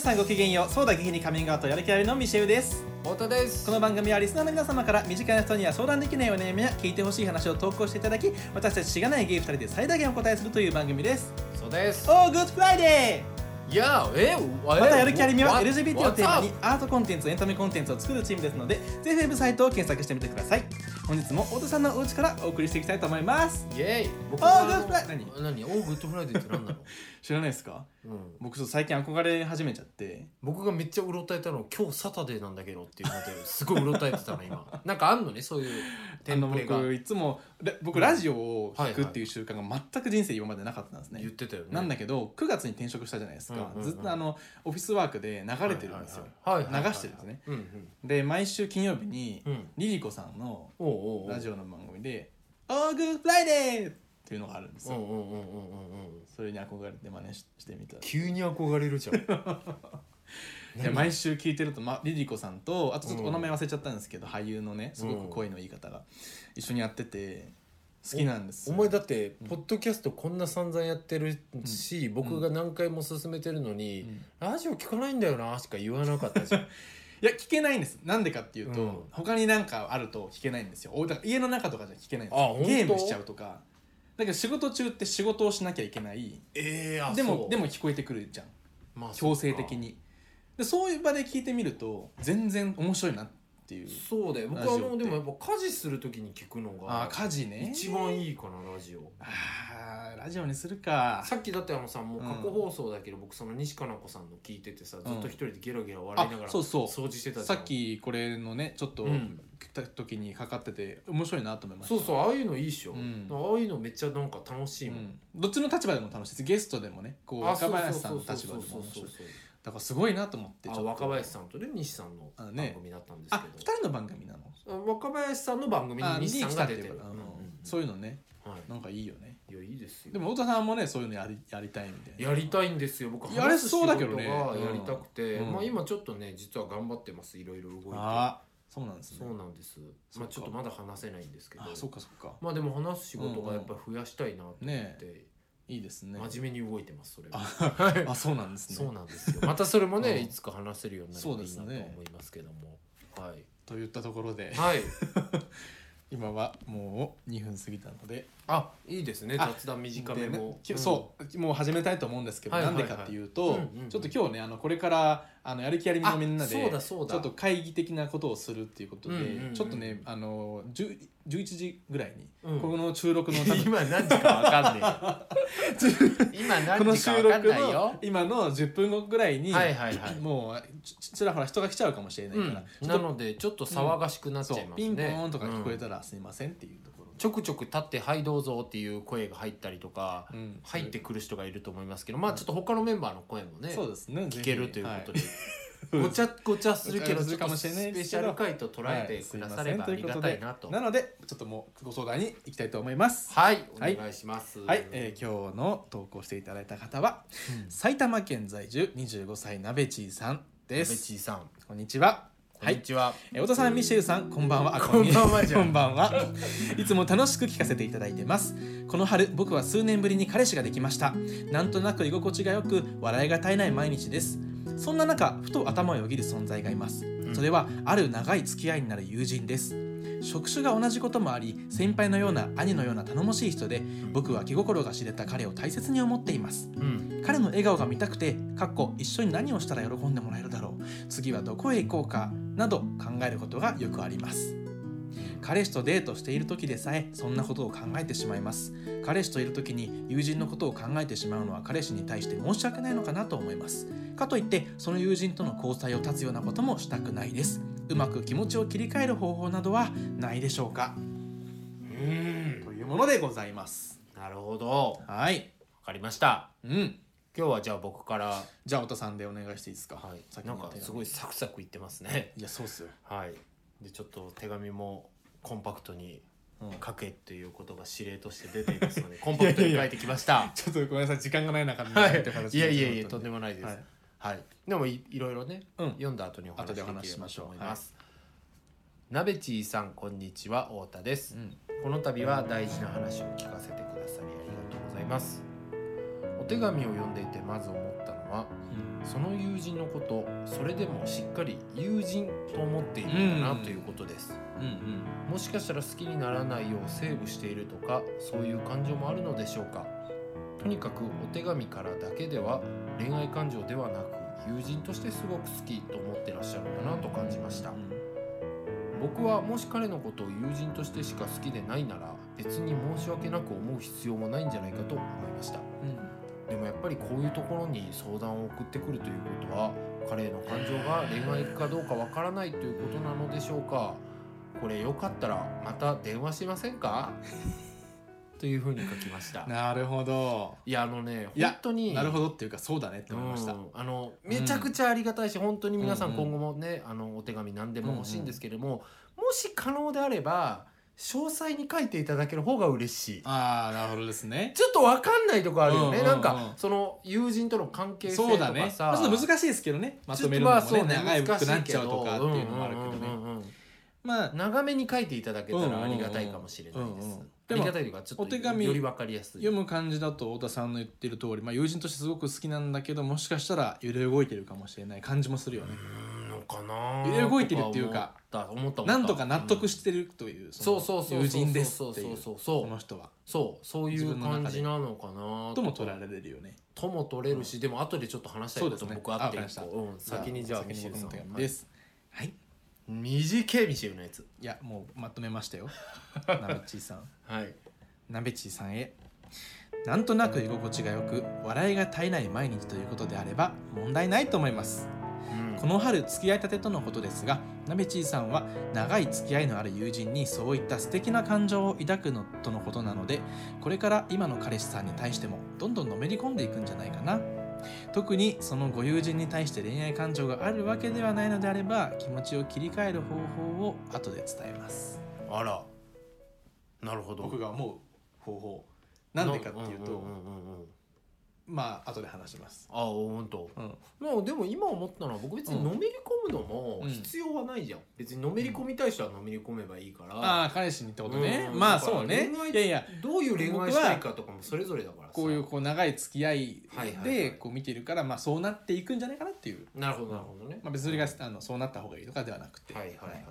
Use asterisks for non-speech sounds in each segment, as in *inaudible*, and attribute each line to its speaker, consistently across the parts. Speaker 1: さんごきげんようそうだ激にカミングアウトやる気ありのミシェウです
Speaker 2: 太田です
Speaker 1: この番組はリスナーの皆様から身近な人には相談できないお悩みや聞いてほしい話を投稿していただき私たちしがないゲイ2人で最大限お答えするという番組です
Speaker 2: そうです
Speaker 1: おーグッドフライデー
Speaker 2: いやーえま
Speaker 1: またやる気ありみは LGBT をテーマにアートコンテンツエンタメコンテンツを作るチームですのでぜひウェブサイトを検索してみてください本日も太田さんのお家からお送りしていきたいと思います
Speaker 2: イエーイ僕
Speaker 1: おーグッドフライ
Speaker 2: 何何オーグッドフライデーって何なの、
Speaker 1: 知らないですか
Speaker 2: うん、
Speaker 1: 僕ちょっと最近憧れ始めちゃって
Speaker 2: 僕がめっちゃうろたえたの今日サタデーなんだけどっていうのですごいうろたえてたの今なんかあんのねそういうテ
Speaker 1: あ
Speaker 2: ン
Speaker 1: の
Speaker 2: プレが
Speaker 1: 僕いつもら僕
Speaker 2: うん
Speaker 1: ラジオを
Speaker 2: はいは
Speaker 1: 聞
Speaker 2: い
Speaker 1: くっていう習慣が全く人生今までなかったんですね、
Speaker 2: 言ってたよね
Speaker 1: なんだけど9月に転職したじゃないですか、
Speaker 2: うんうんうん
Speaker 1: ずっとあのオフィスワークで流れてるんですよ、
Speaker 2: はいはいはい
Speaker 1: 流してるんですね
Speaker 2: うん
Speaker 1: で毎週金曜日に
Speaker 2: うんうん
Speaker 1: リリコさんの
Speaker 2: おうおうおう
Speaker 1: ラジオの番組で「オーグフライデー!」っていうのがあるんです
Speaker 2: うんう
Speaker 1: よ、
Speaker 2: んうんうんうんうん
Speaker 1: それに憧れて真似ししてみた
Speaker 2: *laughs*
Speaker 1: い
Speaker 2: 急に憧れるじゃん
Speaker 1: や毎週聞いてると、ま、リリコさんとあとちょっとお名前忘れちゃったんですけど、俳優のねすごく声の言い方が一緒にやってて好きなんです
Speaker 2: お
Speaker 1: よ
Speaker 2: 前だってポッドキャストこんな散々やってるし、僕が何回も勧めてるのに、
Speaker 1: うん
Speaker 2: ラジオ聞かないんだよなしか言わなかったじゃん
Speaker 1: いや聞けないんですなんでかっていうと、
Speaker 2: うん
Speaker 1: 他になんかあると聞けないんですよおだから家の中とかじゃ聞けないんで
Speaker 2: あ本当
Speaker 1: すゲームしちゃうとかだけど仕事中って仕事をしなきゃいけない
Speaker 2: *laughs* ええ
Speaker 1: でもでも聞こえてくるじゃん
Speaker 2: まあ
Speaker 1: 強制的にでそういう場で聞いてみると全然面白いなっていう
Speaker 2: そうだよ僕
Speaker 1: ラ
Speaker 2: はあ
Speaker 1: ジオっ
Speaker 2: の
Speaker 1: て
Speaker 2: でもやっぱ家事する時に聞くの
Speaker 1: ああ
Speaker 2: が
Speaker 1: 家事ね
Speaker 2: 一番いいかなラジオ
Speaker 1: あーラジオにするか
Speaker 2: さっきだってあのさもう過去放送だけど、僕その西加奈子さんの聞いててさずっと一人でゲラゲラ笑いなが
Speaker 1: あ
Speaker 2: ら
Speaker 1: そうそう
Speaker 2: 掃除してたじゃん
Speaker 1: さっきこれのねちょっと
Speaker 2: うん
Speaker 1: 聞いた時にかかってて面白いなと思いました
Speaker 2: そうそうああいうのいいっしょ、
Speaker 1: うん
Speaker 2: ああいうのめっちゃなんか楽しいもん、
Speaker 1: うん、どっちの立場でも楽しいですゲストでもねこう
Speaker 2: あそ
Speaker 1: 若
Speaker 2: う
Speaker 1: 林さ
Speaker 2: そ
Speaker 1: ん
Speaker 2: う
Speaker 1: の
Speaker 2: そう
Speaker 1: 立
Speaker 2: そ
Speaker 1: 場
Speaker 2: う
Speaker 1: でも面
Speaker 2: そ
Speaker 1: 白
Speaker 2: う
Speaker 1: いだからすごいなと思ってちょっ
Speaker 2: あ
Speaker 1: と
Speaker 2: 若林さんとね西さんの
Speaker 1: あ
Speaker 2: 番
Speaker 1: ね
Speaker 2: 組だったんです
Speaker 1: あ
Speaker 2: け
Speaker 1: 二
Speaker 2: ど、
Speaker 1: 人の番組なの
Speaker 2: あ若林さんの番組に
Speaker 1: あ
Speaker 2: 西さんが出てる
Speaker 1: 二人来たっていうかうん
Speaker 2: うんうんうん
Speaker 1: そういうのね
Speaker 2: はい
Speaker 1: なんかいいよね
Speaker 2: いやいいですよ
Speaker 1: でも太田さんもねそういうのやりやりたいみたいな
Speaker 2: やりたいんですよ僕
Speaker 1: やれそうだけどね
Speaker 2: 話す仕事がやりたくて、
Speaker 1: うんうん
Speaker 2: まあ今ちょっとね実は頑張ってますいろいろ動いて
Speaker 1: ああそうなんですね
Speaker 2: そうなんですま
Speaker 1: そっか
Speaker 2: あちょっとまだ話せないんですけど
Speaker 1: あそっかそっか
Speaker 2: まあでも話す仕事がやっぱり増やしたいなと思
Speaker 1: ね
Speaker 2: って、
Speaker 1: えいいですね
Speaker 2: 真面目に動いてますそれは
Speaker 1: ああそうなんで
Speaker 2: *laughs*
Speaker 1: す
Speaker 2: そ
Speaker 1: ね
Speaker 2: うなんですよまたそれもね、
Speaker 1: うん
Speaker 2: いつか話せるようになればいいな
Speaker 1: そう
Speaker 2: と
Speaker 1: ですね
Speaker 2: 思いますけども、はい
Speaker 1: といったところで
Speaker 2: はい
Speaker 1: 今はもう2分過ぎたので
Speaker 2: あいいですね
Speaker 1: あ
Speaker 2: 雑談短め
Speaker 1: で
Speaker 2: も
Speaker 1: ね、きそうもう始めたいと思うんですけど
Speaker 2: はい
Speaker 1: な
Speaker 2: はい
Speaker 1: ん
Speaker 2: はい
Speaker 1: でかっていうと
Speaker 2: うんうんうん
Speaker 1: ちょっと今日ねあのこれからあのやる気ありみのみんなで
Speaker 2: あそうだそうだ
Speaker 1: ちょっと会議的なことをするっていうことで、
Speaker 2: うんうんうん
Speaker 1: ちょっとねあの10 11時ぐらいに、
Speaker 2: うん *laughs*
Speaker 1: この収録の多分
Speaker 2: 今何時かわかんね
Speaker 1: *laughs*
Speaker 2: え今
Speaker 1: こ
Speaker 2: 何
Speaker 1: の
Speaker 2: 時か
Speaker 1: 収
Speaker 2: わ
Speaker 1: 録
Speaker 2: かんない
Speaker 1: の
Speaker 2: よ
Speaker 1: 今の10分後ぐらいに、
Speaker 2: はいはいはい
Speaker 1: もうちちらほら人が来ちゃうかもしれないから、
Speaker 2: うん、
Speaker 1: ちょ
Speaker 2: な
Speaker 1: っと
Speaker 2: のでちょっと騒がしくなっち
Speaker 1: そ
Speaker 2: ゃいうますね、
Speaker 1: ピンポーンとか聞こえ
Speaker 2: うん
Speaker 1: たらすいませんっていうところ、
Speaker 2: ちょくちょく立って「はいどうぞ」っていう声が入ったりとか、
Speaker 1: うん
Speaker 2: 入ってくる人がいると思いますけどまあちょっと他のメンバーの声もね、
Speaker 1: そうですね
Speaker 2: 聞けるということで、
Speaker 1: はい
Speaker 2: ごちゃごちゃするけど
Speaker 1: ごち
Speaker 2: ちょっ
Speaker 1: ゃごちゃするか
Speaker 2: と
Speaker 1: もしれない
Speaker 2: ス
Speaker 1: で
Speaker 2: ペ
Speaker 1: す
Speaker 2: シ
Speaker 1: けど
Speaker 2: ャル回と捉えて
Speaker 1: はい
Speaker 2: くださればありがたいなと。
Speaker 1: すませんということでなのでちょっともうご相談に行きたいと思います
Speaker 2: はい、
Speaker 1: はい
Speaker 2: お願いします。
Speaker 1: はい、えー今日の投稿していただいた方は
Speaker 2: うん
Speaker 1: 埼玉県在住25歳なべちーさんで
Speaker 2: ベチ
Speaker 1: す
Speaker 2: ーさん、
Speaker 1: こんにちは
Speaker 2: こん
Speaker 1: は
Speaker 2: に
Speaker 1: い
Speaker 2: ちは。
Speaker 1: えー太田さんミシェルさんこんばんはあ
Speaker 2: *laughs* こんばんはじゃん
Speaker 1: こんばんはいつも楽しく聞かせていただいてますこの春僕は数年ぶりに彼氏ができましたなんとなく居心地がよく笑いが絶えない毎日ですそんな中ふと頭をよぎる存在がいます
Speaker 2: ん
Speaker 1: それはある長い付き合いになる友人です職種が同じこともあり先輩のような兄のような頼もしい人で僕は気心が知れた彼を大切に思っています
Speaker 2: うん、
Speaker 1: 彼の笑顔が見たくて、かっこ一緒に何をしたら喜んでもらえるだろう、次はどこへ行こうかなど考えることがよくあります。彼氏とデートしている時でさえそんなことを考えてしまいます。彼氏といる時に友人のことを考えてしまうのは彼氏に対して申し訳ないのかなと思います。かといってその友人との交際を断つようなこともしたくないです。うまく気持ちを切り替える方法などはないでしょうか
Speaker 2: うん
Speaker 1: というものでございます。
Speaker 2: なるほど、わ
Speaker 1: はい。
Speaker 2: かりました。
Speaker 1: うん。
Speaker 2: 今日はじゃあ僕から、
Speaker 1: じゃあ、太田さんでお願いしていいですか。
Speaker 2: はい、
Speaker 1: 先
Speaker 2: な
Speaker 1: に
Speaker 2: んかすごいサクサクいってますね。
Speaker 1: いや、そうっすよ。
Speaker 2: はい、でちょっと手紙もコンパクトに
Speaker 1: うん
Speaker 2: 書けということが指令として出ていますので
Speaker 1: *laughs*
Speaker 2: コンパクトに書いてきました。
Speaker 1: ちょっとごめんなさい時間がない中で
Speaker 2: は
Speaker 1: って話
Speaker 2: い、いやいやいや
Speaker 1: になっちゃ
Speaker 2: と
Speaker 1: っ
Speaker 2: んでもないです。
Speaker 1: は
Speaker 2: はいい、でもいいろいろね、
Speaker 1: うん
Speaker 2: 読んだ後にお話
Speaker 1: 後でお話
Speaker 2: でき
Speaker 1: し
Speaker 2: れ
Speaker 1: し
Speaker 2: ば
Speaker 1: まし
Speaker 2: と
Speaker 1: ょう
Speaker 2: 思います。なべちーさんこんにちは太田です。
Speaker 1: たうん
Speaker 2: この度は大事な話を聞かせてくださりありがとうございますお手紙を読んでいてまず思ったのはその友人のことをそれでもしっかり友人と思っているんだ
Speaker 1: う
Speaker 2: なんということです、
Speaker 1: うんうん
Speaker 2: もしかしたら好きにならないようセーブしているとかそういう感情もあるのでしょうかとにかくお手紙からだけでは恋愛感情ではなく友人としてすごく好きと思ってらっしゃるんだなと感じました僕はもし彼のことを友人としてしか好きでないなら別に申し訳なく思う必要もないんじゃないかと思いましたでもやっぱりこういうところに相談を送ってくるということは彼への感情が恋愛かどうかわからないということなのでしょうかこれよかったらまた電話しませんかというふうに書きました
Speaker 1: *laughs* なるほど
Speaker 2: いやあのね
Speaker 1: いや
Speaker 2: 本当に
Speaker 1: なるほどっていうかそうだねって思いました、
Speaker 2: うんあのめちゃくちゃありがたいし、本当に皆さ
Speaker 1: うん
Speaker 2: ん
Speaker 1: うん
Speaker 2: 今後もね、あのお手紙何でも欲しいんですけれども、もし可能であれば詳細に書いていただける方が嬉しい。
Speaker 1: ああなるほどですね
Speaker 2: ちょっとわかんないとこあるよね、
Speaker 1: うんうんうん
Speaker 2: なんかその友人との関係性とかさ
Speaker 1: そうだねまあちょっと難しいですけどねまとめるの
Speaker 2: まあ
Speaker 1: も
Speaker 2: そう
Speaker 1: ね長くなっちゃうとかっていうのもあるけど
Speaker 2: 難しい
Speaker 1: ね
Speaker 2: どうんうんうんうん
Speaker 1: まあ
Speaker 2: 長めに書いていただけたらありがたいかもしれないです、
Speaker 1: うんうんうん
Speaker 2: ありがたいというかちょっと
Speaker 1: お手紙
Speaker 2: よりわかりやすい
Speaker 1: 読む感じだと太田さんの言ってる通り、まあ、友人としてすごく好きなんだけどもしかしたら揺れ動いてるかもしれない感じもするよね
Speaker 2: うんのかな
Speaker 1: 揺れ動いてるっていうか
Speaker 2: と思った思った思った
Speaker 1: なんとか納得してるというそ
Speaker 2: そう
Speaker 1: の
Speaker 2: そうそう
Speaker 1: 友人です
Speaker 2: そう
Speaker 1: ってい
Speaker 2: そううそう
Speaker 1: こ
Speaker 2: そ
Speaker 1: の
Speaker 2: う
Speaker 1: 人は
Speaker 2: そうそうい
Speaker 1: 自
Speaker 2: う
Speaker 1: 分の中で
Speaker 2: 感じなのかな
Speaker 1: とも取られるよね
Speaker 2: とも取れるし、でも後でちょっと話したいこと
Speaker 1: そうですね
Speaker 2: 僕あって
Speaker 1: あ
Speaker 2: る
Speaker 1: わかりました
Speaker 2: うん、先にじゃあミ
Speaker 1: 先
Speaker 2: シェ
Speaker 1: に
Speaker 2: ル
Speaker 1: 僕
Speaker 2: さん
Speaker 1: の手紙ですはい
Speaker 2: 短いミシェルのやつ
Speaker 1: いやもうまとめましたよ *laughs* なべちーさん
Speaker 2: はい
Speaker 1: なべちーさんへなんとなく居心地がよく笑いが絶えない毎日ということであれば問題ないと思いますこの春付き合いたてとのことですがなべちーさんは長い付き合いのある友人にそういった素敵な感情を抱くのとのことなのでこれから今の彼氏さんに対してもどんどんのめり込んでいくんじゃないかな特にそのご友人に対して恋愛感情があるわけではないのであれば気持ちを切り替える方法を後で伝えます
Speaker 2: うんあらなるほど
Speaker 1: 僕が思う方法なんでかってい
Speaker 2: んんう
Speaker 1: うと、
Speaker 2: んうんうん
Speaker 1: まあ後で話します、
Speaker 2: あほんと
Speaker 1: うん、
Speaker 2: まあでも今思ったのは僕別にのめり込むのも必要はないじゃん、別にのめり込みたい人はのめり込めばいいから、
Speaker 1: ああ彼氏にってことね、
Speaker 2: うん
Speaker 1: まあそうね
Speaker 2: だから恋愛
Speaker 1: いやいや
Speaker 2: どういう恋愛したいかとかもそれぞれだからさ
Speaker 1: こういうこう長い付き合い
Speaker 2: はいはいは
Speaker 1: で
Speaker 2: い
Speaker 1: こう見てるから、まあ、そうなっていくんじゃないかなっていう、
Speaker 2: なるほどなるほどね、
Speaker 1: まあ、別にそれがあのそうなった方がいいとかではなくて、
Speaker 2: はいはいはいはい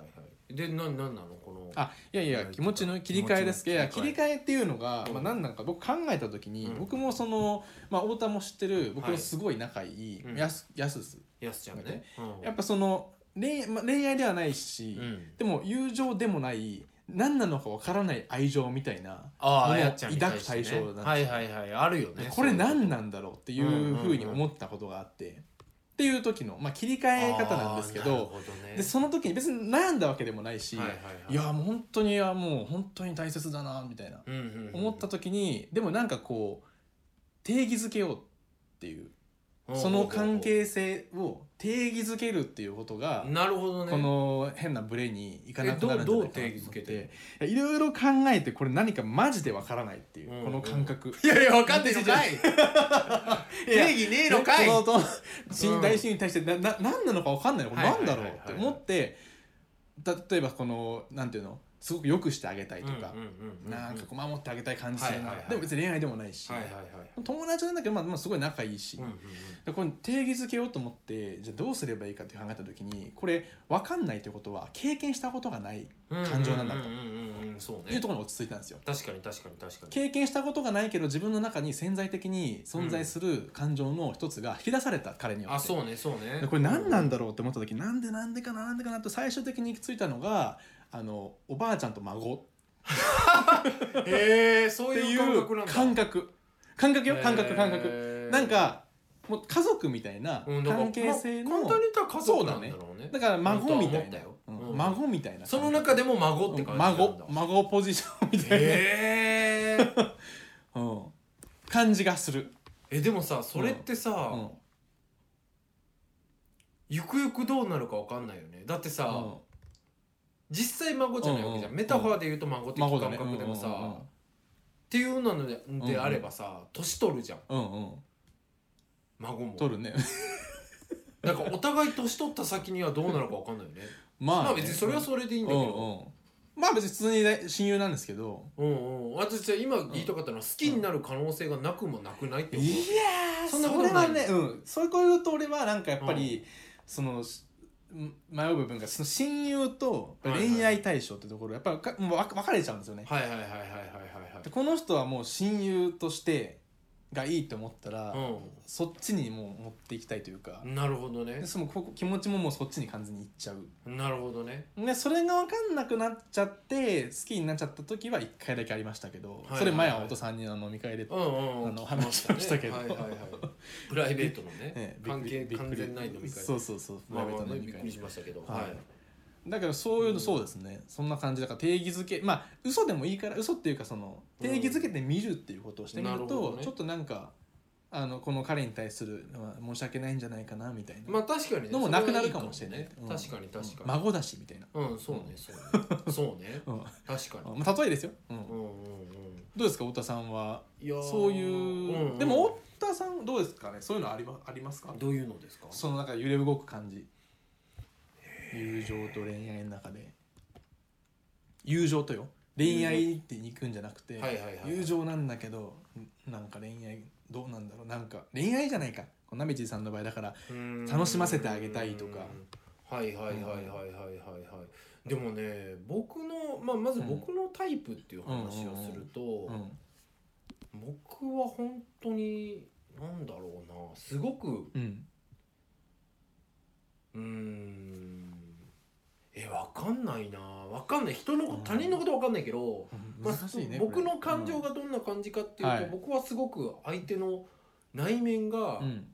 Speaker 2: でななんなのこの
Speaker 1: あいやいや気持ちの切り替えですけどいや
Speaker 2: 気持
Speaker 1: 切
Speaker 2: ち
Speaker 1: り
Speaker 2: の切り替え
Speaker 1: 替えっていうのが、
Speaker 2: うん
Speaker 1: まあ、何なんか僕考えた時に、
Speaker 2: うん
Speaker 1: 僕もその、まあ、太田も知ってる僕
Speaker 2: は
Speaker 1: の
Speaker 2: い
Speaker 1: すごい仲いい、
Speaker 2: うん
Speaker 1: やすやすす
Speaker 2: やすちゃんね、うん
Speaker 1: やっぱその恋,、まあ、恋愛ではないし、
Speaker 2: うん
Speaker 1: でも友情でもない何なのかわからない愛情みたいな
Speaker 2: あ
Speaker 1: も
Speaker 2: あ
Speaker 1: う
Speaker 2: やっちゃんに対して、
Speaker 1: 抱
Speaker 2: ね、
Speaker 1: く対象なんですよ
Speaker 2: はいはいはいあるよね
Speaker 1: これ何
Speaker 2: だ
Speaker 1: なんだろうっていうふうに思ったことがあって、っていう時の、まあ、切り替え方なんですけど
Speaker 2: ね、
Speaker 1: でその時に別に悩んだわけでもないし、
Speaker 2: はい
Speaker 1: い
Speaker 2: はいはい
Speaker 1: やもう本当にいやもう本当に大切だなみたいな、
Speaker 2: うんうんうん
Speaker 1: 思った時にでもなんかこう定義づけようっていうその関係性を定義づけるっていうことが、
Speaker 2: なるほどね
Speaker 1: この変なブレにいかなくなるんじゃな
Speaker 2: えど
Speaker 1: いかな
Speaker 2: うどう定義づけてる
Speaker 1: いやいろいろ考えてこれ何かマジでわからないっていう、
Speaker 2: うん
Speaker 1: この感覚。
Speaker 2: いやいや分かってんのかい
Speaker 1: いや
Speaker 2: 定義ねえのかい
Speaker 1: ねこのと
Speaker 2: う
Speaker 1: 信
Speaker 2: ん
Speaker 1: 頼心に対してなな何なのか分かんないのこれ
Speaker 2: はいは
Speaker 1: 何
Speaker 2: い
Speaker 1: だ
Speaker 2: はい
Speaker 1: ろ
Speaker 2: は
Speaker 1: う
Speaker 2: い
Speaker 1: って思って例えばこのなんていうのすごく良くしてあげたいとか
Speaker 2: うん、うんうんうん
Speaker 1: なんかこう守ってあげたい感じするな、
Speaker 2: はいはいはい
Speaker 1: でも別に恋愛でもないし、
Speaker 2: はいはいはい
Speaker 1: 友達なんだけど、まあ、まあすごい仲いいし、
Speaker 2: うんうんうん
Speaker 1: でこれ定義づけようと思ってじゃあどうすればいいかって考えた時にこれ分かんないということは経験したことがない感情なんだと
Speaker 2: うんうんうんうんそう
Speaker 1: という
Speaker 2: ね
Speaker 1: ところに落ち着いたんですよ。
Speaker 2: 確かに確かに確かに
Speaker 1: 経験したことがないけど自分の中に潜在的に存在する感情の一つが引き出された彼によって、
Speaker 2: あそうねそうね
Speaker 1: でこれ何なん
Speaker 2: だ
Speaker 1: だろうって思った時なんでなんでかななんでかなって最終的に行き着いたのがあのおばあちゃんと孫
Speaker 2: へえそ
Speaker 1: っ
Speaker 2: う
Speaker 1: て
Speaker 2: い
Speaker 1: いう
Speaker 2: 感覚なんだ
Speaker 1: う感覚感覚よ感覚
Speaker 2: へー
Speaker 1: 感覚なんかもう家族みたいな
Speaker 2: うんだから
Speaker 1: 関係性
Speaker 2: ま
Speaker 1: の
Speaker 2: 簡単に言ったら家族なんだろうね
Speaker 1: だから孫み
Speaker 2: 本
Speaker 1: たい
Speaker 2: 当は
Speaker 1: な
Speaker 2: 思ったよ
Speaker 1: うん
Speaker 2: うん
Speaker 1: 孫みたいな
Speaker 2: その中でも孫って
Speaker 1: うん
Speaker 2: 感じなんだ
Speaker 1: 孫孫ポジションみたいな
Speaker 2: へえ
Speaker 1: うん感じがする
Speaker 2: えでもさそれってさ
Speaker 1: うん
Speaker 2: ゆくゆくどうなるかわかんないよねだって
Speaker 1: う
Speaker 2: さ
Speaker 1: ん
Speaker 2: 実際孫じゃないわけじゃ
Speaker 1: うんん
Speaker 2: メタファーで言うと孫的
Speaker 1: 孫だ
Speaker 2: 感
Speaker 1: ね
Speaker 2: 覚でも
Speaker 1: うんうんうん
Speaker 2: さっていうのでであればさ年取るじゃん
Speaker 1: うんうん
Speaker 2: 孫も
Speaker 1: 取るね *laughs*
Speaker 2: なんかお互い年取った先にはどうなるかわかんないよね
Speaker 1: *laughs* まあ
Speaker 2: まあ
Speaker 1: ね
Speaker 2: 別にそれはそれでいいんだけ
Speaker 1: うん
Speaker 2: ど
Speaker 1: うんまあ別に普通にね親友なんですけど
Speaker 2: うんうん私じゃあ今言いたかったのは好きになる可能性がなくもなくないって
Speaker 1: い
Speaker 2: こと、
Speaker 1: やー
Speaker 2: そんなことない
Speaker 1: それはねうんそうこういうと俺はなんかやっぱり、そのし迷う部分がその親友とやっぱり恋愛対象ってところやっぱりかもうわ分かれちゃうんですよね、
Speaker 2: はいはいはいはいはい
Speaker 1: でこの人はもう親友としてがいいと思ったら、
Speaker 2: はいはい
Speaker 1: そっちにもう持っていきたいというか、
Speaker 2: うんなるほどね
Speaker 1: でそのここ気持ちももうそっちに完全にいっちゃう
Speaker 2: なるほどね
Speaker 1: でそれが分かんなくなっちゃって好きになっちゃった時は1回だけありましたけど、
Speaker 2: いはいはい
Speaker 1: それ前はお父さんにあの飲み会で、
Speaker 2: うんうんうん
Speaker 1: あの話しましたけど
Speaker 2: はいはいはいプライベートのね
Speaker 1: ねびっ
Speaker 2: 関
Speaker 1: くり
Speaker 2: 係
Speaker 1: びっく
Speaker 2: 完
Speaker 1: り
Speaker 2: 全ない飲み会
Speaker 1: そうそうそうプ
Speaker 2: まあ
Speaker 1: ライベー
Speaker 2: まあ
Speaker 1: トの
Speaker 2: ね
Speaker 1: 飲
Speaker 2: び
Speaker 1: み
Speaker 2: っ
Speaker 1: 会
Speaker 2: くりしましたけど
Speaker 1: はい
Speaker 2: はい
Speaker 1: だからそういう
Speaker 2: うん
Speaker 1: のそうですね、そんな感じだから定義づけまあ嘘でもいいから嘘っていうかその定義づけて見るっていうことをしてみ
Speaker 2: うん
Speaker 1: る
Speaker 2: なるほ
Speaker 1: と、
Speaker 2: どね
Speaker 1: ちょっとなんかあのこの彼に対する、まあ、申し訳ないんじゃないかなみたいな、
Speaker 2: まあ確かにね
Speaker 1: のもなくなるかもしれない
Speaker 2: そはかもね確かに確
Speaker 1: うん
Speaker 2: かに
Speaker 1: 孫だしみたいな、
Speaker 2: うんそうねそうねそうね
Speaker 1: うん
Speaker 2: 確かに
Speaker 1: まあ、例えですよ、うん
Speaker 2: う
Speaker 1: ど
Speaker 2: んうんうん
Speaker 1: うですか太田さんはい
Speaker 2: やー
Speaker 1: そういう、
Speaker 2: んん
Speaker 1: でも太田さんどうですかねそういうのありまありますか
Speaker 2: どういうのですか
Speaker 1: そのなんか揺れ動く感じ友情と恋愛の中で友情とよ恋愛っていくんじゃなくて、
Speaker 2: はいはいはい
Speaker 1: 友情なんだけどんなんか恋愛どうなんだろうなんか恋愛じゃないかこのナベチーさんの場合だから楽しませてあげたいとか
Speaker 2: はいはいはいはいはいはいはいでもね僕の、まあ、まず僕のタイプっていう話をすると、
Speaker 1: うん
Speaker 2: 僕は本当になんだろうなすごく
Speaker 1: うん
Speaker 2: うーんえわかんないなわかんない人のこ
Speaker 1: うん
Speaker 2: 他人のことわかんないけど、まあ
Speaker 1: 難しいね
Speaker 2: 僕の感情
Speaker 1: が
Speaker 2: がどんな感じかっていうと、
Speaker 1: はい
Speaker 2: 僕はすごく相手の内面が、
Speaker 1: うん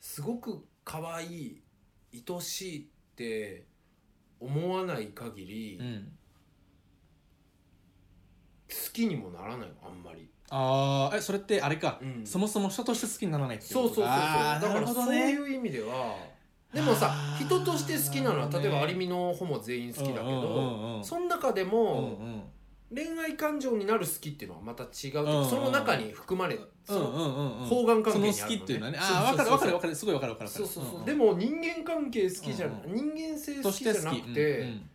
Speaker 2: すごく可愛い愛しいって思わない限り、
Speaker 1: う
Speaker 2: 好
Speaker 1: ん
Speaker 2: きにもならないのあんまり、
Speaker 1: あーえそれってあれか、
Speaker 2: うん
Speaker 1: そもそも人として好きにならないっていう
Speaker 2: そうそうそうそうだ
Speaker 1: あー
Speaker 2: か
Speaker 1: な
Speaker 2: ら
Speaker 1: るほ
Speaker 2: そ
Speaker 1: ど
Speaker 2: う
Speaker 1: ね
Speaker 2: いう意味ではでもさ
Speaker 1: あー
Speaker 2: 人として好きなのは例えば
Speaker 1: ね
Speaker 2: アリミのホも全員好きだけど、
Speaker 1: うんうんうん
Speaker 2: その中で
Speaker 1: うん
Speaker 2: も、
Speaker 1: うん
Speaker 2: 恋愛感情になる好きっていうのはまた違う、
Speaker 1: んうん
Speaker 2: その中に含まれそ
Speaker 1: うん
Speaker 2: の
Speaker 1: うんうんうん
Speaker 2: 方眼関係
Speaker 1: その
Speaker 2: にあるの、ね、
Speaker 1: 好きっていうのはね
Speaker 2: そうそう
Speaker 1: ああ分かる
Speaker 2: そう
Speaker 1: 分かる分かるすごい分かる分かる
Speaker 2: そうそうそう、
Speaker 1: んん
Speaker 2: でも人間関係好きじゃない、
Speaker 1: う
Speaker 2: 人間性好
Speaker 1: と
Speaker 2: き
Speaker 1: し
Speaker 2: じゃ
Speaker 1: て
Speaker 2: な
Speaker 1: 好
Speaker 2: く
Speaker 1: き
Speaker 2: て
Speaker 1: うんうん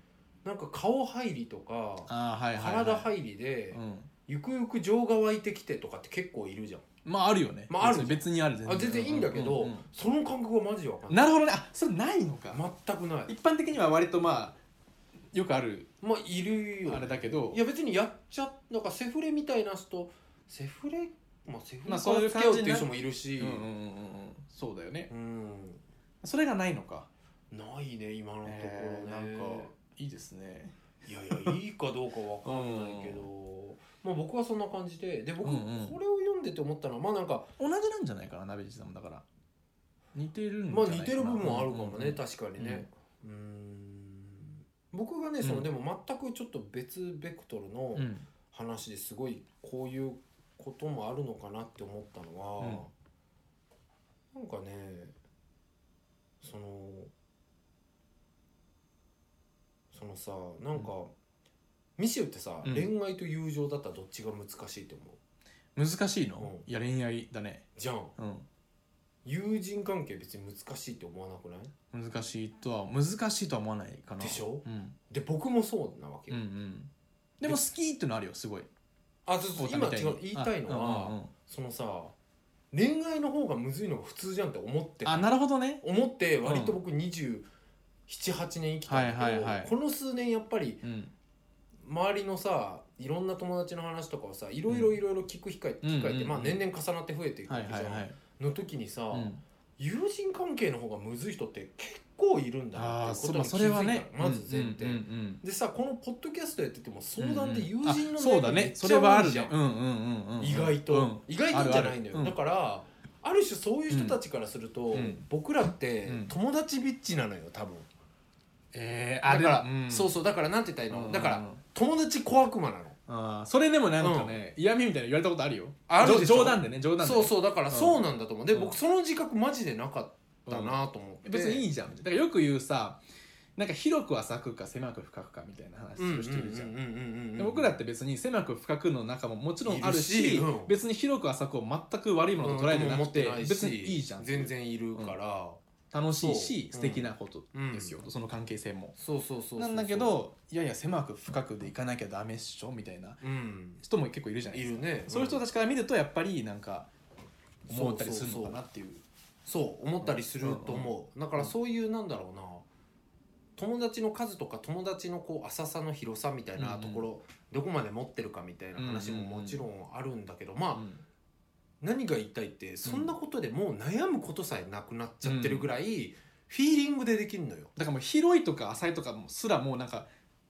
Speaker 2: なんか顔入りとか
Speaker 1: ああはいはい、はい、
Speaker 2: 体入りで、
Speaker 1: うん
Speaker 2: ゆくゆく情が湧いてきてとかって結構いるじゃん、
Speaker 1: まああるよね、
Speaker 2: まあある
Speaker 1: 別に別にある全
Speaker 2: あ全然いいんだけど、
Speaker 1: うう
Speaker 2: その感覚はマジわか
Speaker 1: うん
Speaker 2: んない
Speaker 1: なるほどねあそれないのか、
Speaker 2: 全くない
Speaker 1: 一般的には割とまあよくある
Speaker 2: まあいるよ
Speaker 1: あれだけど
Speaker 2: いや別にやっちゃなんかセフレみたいな人セフレまあセフレか
Speaker 1: まあそうい
Speaker 2: ら
Speaker 1: う
Speaker 2: 付き合う
Speaker 1: 感
Speaker 2: って
Speaker 1: じに
Speaker 2: いう
Speaker 1: な
Speaker 2: 人もいるし、
Speaker 1: うんうんうんうんそうだよね
Speaker 2: うん
Speaker 1: それがないのか
Speaker 2: ないね今のところね、
Speaker 1: えーなんかいいですね
Speaker 2: いやいやいいかどうかわかんないけど、まあ僕はそんな感じでで僕こ
Speaker 1: うんうん
Speaker 2: れを読んでて思ったのはまあなんか
Speaker 1: 同じなんじゃないかな鍋地さんもだから似てるんじゃな
Speaker 2: まあ
Speaker 1: いかな
Speaker 2: 似てる部分もあるかもね、
Speaker 1: うんうんうん
Speaker 2: 確かにねうん僕がねその、でも全くちょっと別ベクトルの
Speaker 1: うん
Speaker 2: 話ですごいこういうこともあるのかなって思ったのは、なんかねそのそのさなんか、ミシェルってさ、
Speaker 1: うん
Speaker 2: 恋愛と友情だったらどっちが難しいと思う
Speaker 1: 難しいの、
Speaker 2: う
Speaker 1: いや恋愛だね
Speaker 2: じゃん
Speaker 1: う
Speaker 2: 友人関係別に難しいって思わなくない
Speaker 1: ん難しいとは難しいとは思わないかな
Speaker 2: でしょ、
Speaker 1: うん、
Speaker 2: で僕もそうなわけ
Speaker 1: うんう
Speaker 2: よ、
Speaker 1: んでも好きってのあるよすごい
Speaker 2: あそうそう今違う言いたいのは、
Speaker 1: あ,、うんうんうん
Speaker 2: そのさ恋愛の方がむずいのが普通じゃんって思ってた
Speaker 1: あなるほどね
Speaker 2: 思って割と僕278、8年生きたんだけど、
Speaker 1: はいはいはい
Speaker 2: この数年やっぱり
Speaker 1: うん
Speaker 2: 周りのさいろんな友達の話とかをさいろいろいろいろ聞く機会,、
Speaker 1: うん
Speaker 2: 機会って、
Speaker 1: うん
Speaker 2: まあ、年々重なって増えていくわ
Speaker 1: は
Speaker 2: け
Speaker 1: い
Speaker 2: じゃん、
Speaker 1: はいはい、
Speaker 2: の時にさ、
Speaker 1: うん、
Speaker 2: 友人関係の方がむずい人って結構いるんだ
Speaker 1: あ
Speaker 2: な
Speaker 1: あ
Speaker 2: ってこ
Speaker 1: そ,、
Speaker 2: と
Speaker 1: まあ、
Speaker 2: に
Speaker 1: そ
Speaker 2: 気づ
Speaker 1: れ
Speaker 2: いた
Speaker 1: は
Speaker 2: の
Speaker 1: ね
Speaker 2: まず前提、
Speaker 1: うんうんうん
Speaker 2: でさこのポッドキャストやってても
Speaker 1: うん
Speaker 2: 相談で友人の
Speaker 1: あそうだ
Speaker 2: め
Speaker 1: ね
Speaker 2: っち
Speaker 1: そ
Speaker 2: ゃ
Speaker 1: れはあ
Speaker 2: 多い
Speaker 1: る
Speaker 2: じゃ
Speaker 1: ね
Speaker 2: ん、
Speaker 1: うんうんうんうんうん
Speaker 2: 意外と、
Speaker 1: うん
Speaker 2: 意外とじゃないんだよ
Speaker 1: あるあるうん
Speaker 2: だからある種そういう人たちからすると、
Speaker 1: うん
Speaker 2: 僕らって
Speaker 1: うん
Speaker 2: 友達ビッチなのよ多分
Speaker 1: えー、あ
Speaker 2: だから、
Speaker 1: うん、
Speaker 2: そうそうだからなんて言ったらいいの、
Speaker 1: うん
Speaker 2: だか
Speaker 1: う
Speaker 2: ら
Speaker 1: ん
Speaker 2: 友達小悪魔なの
Speaker 1: あーそれでもなんかね、嫌味みたいなの言われたことあるよ
Speaker 2: あるでしょ
Speaker 1: 冗談でね冗談でね
Speaker 2: そうそうだから
Speaker 1: うん
Speaker 2: そうなんだと思うで、
Speaker 1: うん
Speaker 2: 僕その自覚マジでなかったなと思って、
Speaker 1: 別にい
Speaker 2: い
Speaker 1: いじゃんだからよく言うさなんか広く浅くか狭く深くかみたいな話する人いるじゃん,、で僕らって別に狭く深くの中ももちろんあるし
Speaker 2: いるしうん
Speaker 1: 別に広く浅くを全く悪いものと捉えてなくて、
Speaker 2: うん
Speaker 1: 別にいいじゃん
Speaker 2: 全然いるから、
Speaker 1: 楽しいし、
Speaker 2: そう
Speaker 1: 素敵なこと
Speaker 2: うん
Speaker 1: ですよ、その関係性も。
Speaker 2: そうそうそうそう
Speaker 1: なんだけ、どいやいや狭く深くでいかなきゃダメっしょみたいな
Speaker 2: うん、
Speaker 1: 人も結構いるじゃない
Speaker 2: い
Speaker 1: ですか。
Speaker 2: るね
Speaker 1: そういう人
Speaker 2: だ
Speaker 1: たちから見るとやっぱりなんか思ったりするのかなっていう。
Speaker 2: そう思ったりすると思うだからそういうなんだろうな友達の数とか友達のこう浅さの広さみたいなところ、どこまで持ってるかみたいな話ももちろんあるんだけど、まあ、
Speaker 1: うん
Speaker 2: 何が言いたいってそんなことでもう悩むことさえなくなっちゃってるぐらい、フィーリングでできるのよ。
Speaker 1: だからもう広いとか浅いとかもすらもうなんか